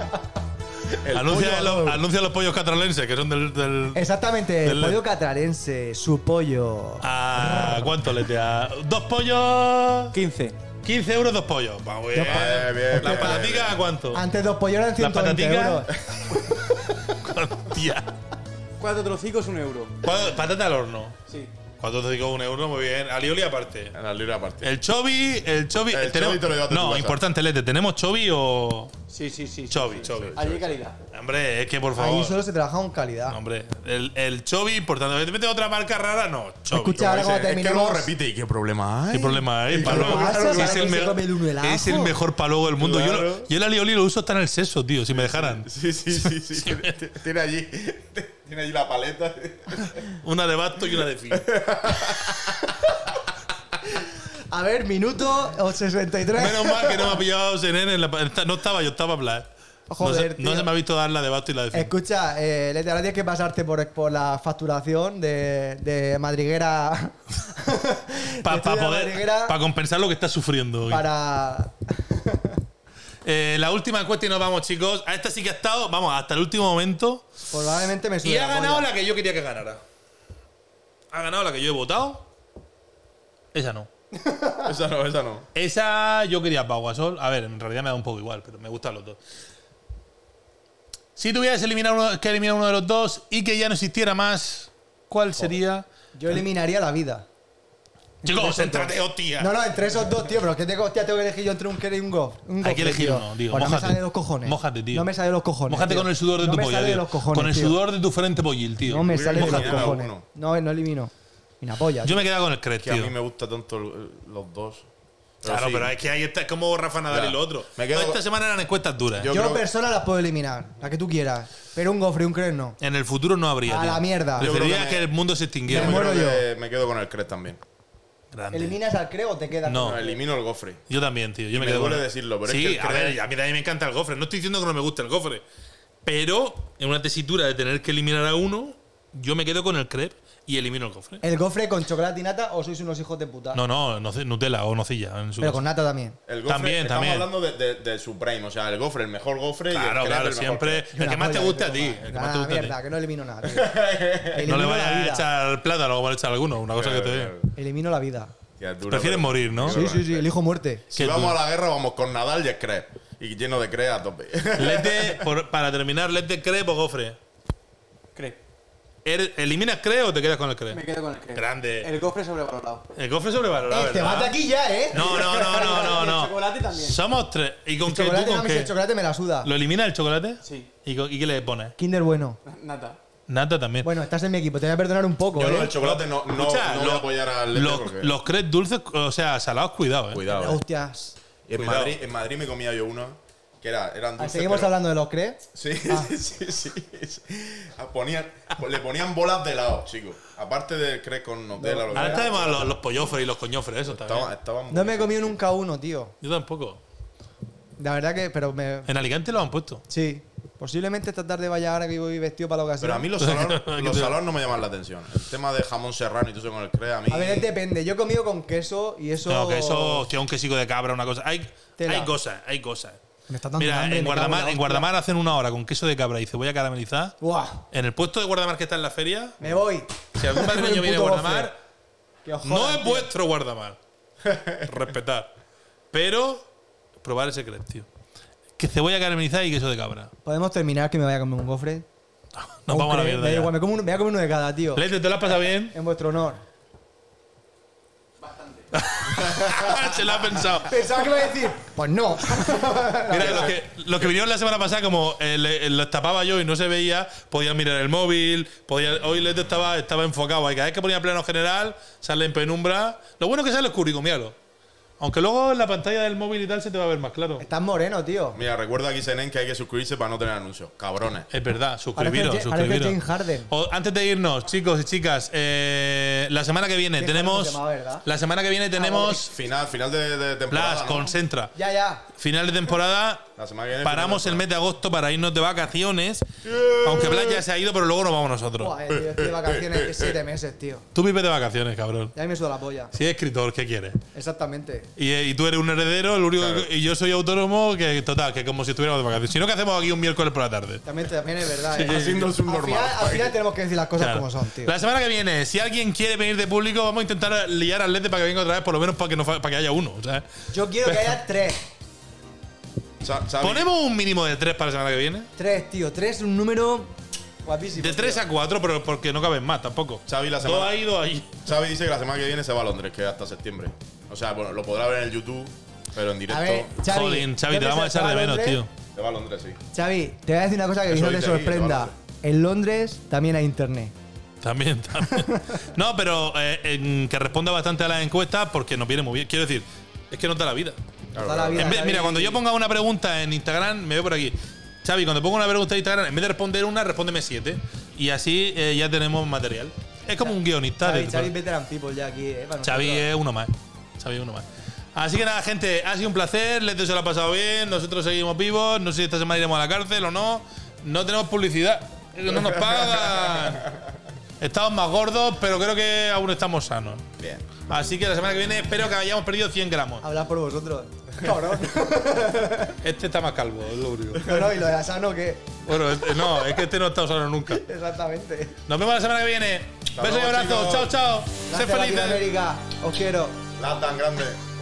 C: El
A: Anuncia,
C: pollo
A: los,
C: Adolfo.
A: anuncia los pollos catalanes que son del. del
B: Exactamente, el
A: Del-
B: pollo catralense, su pollo.
A: a, Ah, ¿Cuánto le te da? Dos pollos.
D: 15.
A: 15 euros, dos pollos. Vamos bien.
C: Bien, bien,
A: ¿La
C: bien, bien,
A: patatica
C: bien.
A: a cuánto?
B: Antes dos pollos eran 120
A: patatica?
B: euros.
A: Hostia.
D: Cuatro trocicos, un euro.
A: ¿Cuál- Patata al horno.
D: Sí.
A: ¿Cuánto te digo? Un euro, muy bien. Alioli aparte.
C: En la libre aparte.
A: El chobi, el chobi. eh,
C: El chobi te lo llevas tú a tu
A: no,
C: casa.
A: importante, Lete. ¿Tenemos chobi o.?
D: Sí, sí, sí.
A: Chobi, chobi.
D: Allí calidad.
A: Hombre, es que por favor.
B: Ahí solo se trabaja con calidad.
A: No, Hombre, el, el Chobi, por tanto, evidentemente otra marca rara, no. Chobi.
B: Escucha, eh, ahora cuando
C: Es que luego
B: terminemos.
C: repite. ¿Y qué problema hay?
A: ¿Qué problema hay,
B: Claro,
A: Palo?
B: claro,
A: Si
B: claro,
A: es,
B: que
A: el
B: se
A: mejor,
B: come el uno el ajo.
A: es el mejor palo del mundo. Yo,
C: Claro.
A: lo- yo el alioli lo uso hasta en el seso, tío, si me dejaran.
C: Sí, sí, sí, sí. Tiene- Tiene allí, tiene allí la paleta.
A: Una de basto y una de fin.
B: A ver, minuto o 63.
A: Menos mal que no me ha pillado Senen en la pa- esta- No estaba, yo estaba Blas.
B: Joder,
A: no, se, no
B: tío.
A: se me ha visto dar la de basto y la de fin.
B: Escucha, eh, Leti, ahora tienes que pasarte por, por la facturación de, de madriguera.
A: Para
B: de estudio de
A: poder.
B: madriguera
A: Para compensar lo que está sufriendo. hoy.
B: para.
A: Eh, la última encuesta y nos vamos, chicos. A esta sí que ha estado, vamos, hasta el último momento.
B: Probablemente me sube
A: Y ha
B: la
A: ganado
B: polla.
A: la que yo quería que ganara. Ha ganado la que yo he votado. Esa no.
C: Esa no, esa no.
A: Esa yo quería Pau Gasol. A ver, en realidad me da un poco igual, pero me gustan los dos. Si tuvieras eliminar uno- que eliminar uno de los dos y que ya no existiera más, ¿cuál sería?
B: Yo eliminaría la vida.
A: Chicos, oh, céntrate, hostia.
B: No, no, entre esos dos, tío, pero es que tengo, hostia, tengo que elegir yo entre un Kerry y un Goff. Un
A: Hay
B: Goff,
A: que elegir
B: tío.
A: uno, tío.
B: Pues no me
A: Mójate.
B: sale de los cojones.
A: Mójate, tío.
B: No me sale de los cojones.
A: Mójate
B: tío.
A: con el sudor de
B: no
A: tu
B: me
A: polla,
B: sale de
A: tío.
B: los cojones.
A: Con el
B: tío.
A: sudor de tu frente pollil, tío.
B: No me
C: Hubiera
B: sale de los
C: eliminado a
B: cojones.
C: uno.
B: No, no elimino. Ni la polla.
A: Yo
B: tío.
A: me quedaba con el Cres,
C: Que a
A: tío.
C: mí me gusta tanto el- los dos.
A: claro,
C: sí,
A: pero es que ahí está, es como Rafa Nadal
C: Ya.
A: y lo otro.
C: Me quedo
A: No, esta
C: con-
A: semana eran encuestas duras.
C: Yo
B: Yo,
C: creo-
B: personas las puedo eliminar, la que tú quieras. Pero un Goff y un Kerry no.
A: En el futuro no habría.
B: A
A: tío.
B: la mierda. Yo
A: Preferiría
C: creo
A: que,
C: que me-
A: el mundo se
C: Yo
A: extinguiera.
B: Me muero
C: creo que me quedo con el Cres también.
A: Grande.
B: ¿Eliminas al Cre o te quedas?
A: No.
C: No, elimino el Gofre.
A: Yo también, tío. Yo me,
C: me
A: quedo
C: duele
A: con-
C: decirlo, pero es
A: sí,
C: que el
A: a
C: Cres-
A: ver, a mí también me encanta el gofre. No estoy diciendo que no me gusta el gofre. Pero en una tesitura de tener que eliminar a uno, yo me quedo con el crepe y elimino el gofre.
B: ¿El gofre con chocolate y nata o sois unos hijos de puta?
A: No, no, noce- Nutella o nocilla. en su
B: Pero
A: caso.
B: con nata también.
C: El Gofre,
A: También,
C: estamos
A: también.
C: hablando de, de, del Supreme, o sea, el Gofre, el mejor Gofre. y el
A: Claro,
C: Cres,
A: claro,
C: el mejor
A: siempre.
C: Cres.
A: El que más te gusta a ti.
B: tío.
A: El que más te gusta a ti.
B: mierda, que no elimino nada. tío. Elimino
A: No le
B: la
A: vayas a
B: vida.
A: echar plátano como le echar alguno, una cosa que te.
B: Elimino la vida.
C: Tía, es duro,
A: Prefieres
C: pero-
A: morir, ¿no?
B: Sí, sí, sí, elijo muerte.
C: Si
A: Qué
C: vamos
A: duro.
C: a la guerra, vamos con Nadal y el Cres. Y lleno de Cres a tope.
A: Lete, por- para terminar, lete crepe o gofre.
D: Crepe.
A: ¿El- ¿Eliminas crepe o te quedas con el
D: Me
A: crepe?
D: quedo con el crepe.
A: Grande.
D: El gofre sobrevalorado.
A: El gofre sobrevalorado.
B: Eh, te
A: ¿verdad?
B: mata aquí ya, ¿eh?
A: No, no, no, no, no.
D: Y
A: no.
D: el chocolate también.
A: Somos tres. ¿Y con
B: El
A: qué? ¿Tú
B: chocolate,
A: con
B: mami, si
A: qué?
B: el chocolate me la suda.
A: ¿Lo elimina el chocolate?
D: Sí.
A: ¿Y, con- y qué le pones?
B: Kinder bueno.
D: Nata.
A: Nata también.
B: Bueno, estás en mi equipo, te voy a perdonar un poco,
C: Yo no,
B: ¿eh?
C: el chocolate no, no,
A: Escucha,
C: no voy
A: lo-
C: a apoyar al Lete
A: los,
C: porque-
A: los crepes dulces, o sea, salados, cuidado, eh.
C: Cuidado. eh.
B: Hostias.
C: En
A: Cuidado.
C: Madrid, en Madrid me comía yo uno que era, eran
B: Ah,
C: dulces.
B: Seguimos
C: pero-
B: hablando de los cre.
C: Sí,
B: Ah.
C: sí, sí, sí, sí. Ah, Ponían, pues le ponían bolas de helado, chicos. Aparte de crees con Nutella, lo que
A: Ahora está
C: era,
A: de moda los, los pollofres y los coñofres, eso está
C: estaban,
A: bien.
C: estaban
B: Ah, No me he
C: buenos.
B: comido nunca uno, tío.
A: Yo tampoco.
B: La verdad que, pero me.
A: En Alicante lo han puesto.
B: Sí. Posiblemente esta tarde vaya ahora que voy vestido para la ocasión.
C: Pero a mí los salados los salados no me llaman la atención. El tema de jamón serrano y todo eso con el cre, a mí.
B: A ver, depende. Yo he comido con queso y eso.
A: No, que eso, hostia, un quesico de cabra, una cosa. Hay,
B: Tela.
A: hay cosas, hay cosas.
B: Me está dando
A: Mira,
B: hambre,
A: en
B: me cago la
A: Guardamar, en
B: hostia.
A: Guardamar hacen una hora con queso de cabra y cebolla caramelizada.
B: ¡Buah!
A: En el puesto de Guardamar que está en la feria,
B: Me voy.
A: si algún
B: Soy
A: madrileño
B: un
A: viene a
B: puto
A: Guardamar,
B: gofre. Que os
A: No
B: jodan,
A: es
B: tío.
A: vuestro guardamar. Respetar. Pero probar ese crepe, tío. Que cebolla caramelizada y queso de cabra.
B: Podemos terminar que me vaya a comer un gofre.
A: Nos
B: Un
A: vamos a la
B: cre-
A: mierda.
B: me da
A: ya.
B: igual, me, como uno, me voy a comer uno de cada, tío.
A: Lete, ¿te la has pasado bien?
B: En vuestro honor. Ah,
A: Se la ha pensado.
B: Pensaba que iba a decir. Pues no.
A: Mira, los que, los que vinieron la semana pasada, como eh, le- eh, los tapaba yo y no se veía, podían mirar el móvil. podía- hoy Lete estaba, estaba enfocado. ahí. Cada vez que ponía plano general, sale en penumbra. Lo bueno es que sale oscuro, míralo. Aunque luego en la pantalla del móvil y tal se te va a ver más claro.
B: Estás moreno, tío.
C: Mira, recuerda aquí, Senen, que hay que suscribirse para no tener anuncios. Cabrones.
A: Es verdad,
B: Ahora
A: suscribiros,
B: es el- ahora es el
A: suscribiros. Eh,
B: James Harden.
A: O- antes de irnos, chicos y chicas, eh, la semana que viene
B: James
A: tenemos.
B: Harden se Ah, llama, ¿verdad?
A: la semana que viene tenemos.
C: Final, final de, de temporada.
A: Blas,
C: ¿no?
A: concentra.
B: Ya, ya.
A: Final de temporada.
C: La semana que viene,
A: Paramos el
C: final
A: mes de agosto para irnos de vacaciones. Aunque Blas ya se ha ido, pero luego nos vamos nosotros.
B: Buah, eh, tío, estoy de vacaciones de siete meses, tío.
A: Tú vives de vacaciones, cabrón.
B: Ya me suda la polla.
A: Si es escritor, ¿qué quieres?
B: Exactamente.
A: Y, eh, y tú eres un heredero, el único que- y yo soy autónomo, que total, que como si estuviéramos de vacaciones. Si no, ¿qué hacemos aquí un miércoles por la tarde?
B: También, también es verdad. eh.
C: sí, sí. Haciendo el
B: Al
C: subnormal.
B: final, al final tenemos que decir las cosas
A: Claro.
B: como son, tío.
A: La semana que viene, si alguien quiere venir de público, vamos a intentar liar al Lete para que venga otra vez, por lo menos para que, no fa- para que haya uno. ¿sabes?
B: Yo quiero que haya tres.
C: Sa- Xavi,
A: Ponemos un mínimo de tres para la semana que viene.
B: Tres, tío. Tres es un número guapísimo.
A: De tres
B: tío.
A: a cuatro, pero porque no caben más tampoco.
C: Xavi, la
A: Dos
C: semana-
A: ahí, dos ahí.
C: Xavi dice que la semana que viene se va a Londres, que hasta septiembre. O sea, bueno, lo podrá ver en el YouTube, pero en
B: A ver,
C: directo
B: Xavi.
A: Jolín, Xavi,
B: ¿qué
A: te vamos a
B: piensas,
A: echar de menos,
B: Londres?
A: tío.
C: se va a Londres, sí.
B: Xavi, te voy a decir una cosa que
C: Eso
B: no te
C: dice aquí,
B: sorprenda.
C: Londres.
B: En Londres también hay internet.
A: También, también. no, pero eh, en- que responda bastante a las encuestas porque nos viene muy bien. Quiero decir, es que nos da la vida.
B: Toda
C: Claro,
B: la
C: claro.
B: vida,
A: En vez-
B: Xavi.
A: mira, cuando yo ponga una pregunta en Instagram, me veo por aquí. Xavi, cuando pongo una pregunta en Instagram, en vez de responder una, respóndeme siete. Y así eh, ya tenemos material. Es como un guionista.
B: Xavi,
A: de-
B: Xavi, veteran people ya aquí, eh. para
A: Xavi
B: nosotros.
A: es uno más. Xavi es uno más. Así que nada, gente, ha sido un placer. Lete se lo ha pasado bien. Nosotros seguimos vivos. No sé si esta semana iremos a la cárcel o no. No tenemos publicidad. No nos pagan. Estamos más gordos, pero creo que aún estamos sanos.
C: Bien.
A: Así que la semana que viene espero que hayamos perdido 100 gramos.
B: Hablad por vosotros. Cabrón.
A: Este está más calvo, es lo único.
B: no, no, y lo de Asano, que.
A: Bueno, este- no, es que este no está sano nunca.
B: Exactamente.
A: Nos vemos la semana que viene.
C: Hasta
A: Besos y
C: luego,
A: abrazos.
C: chicos.
A: Chao, chao. Sé
B: Gracias,
A: felices.
B: Latinoamérica. Os quiero.
C: Nada tan grande.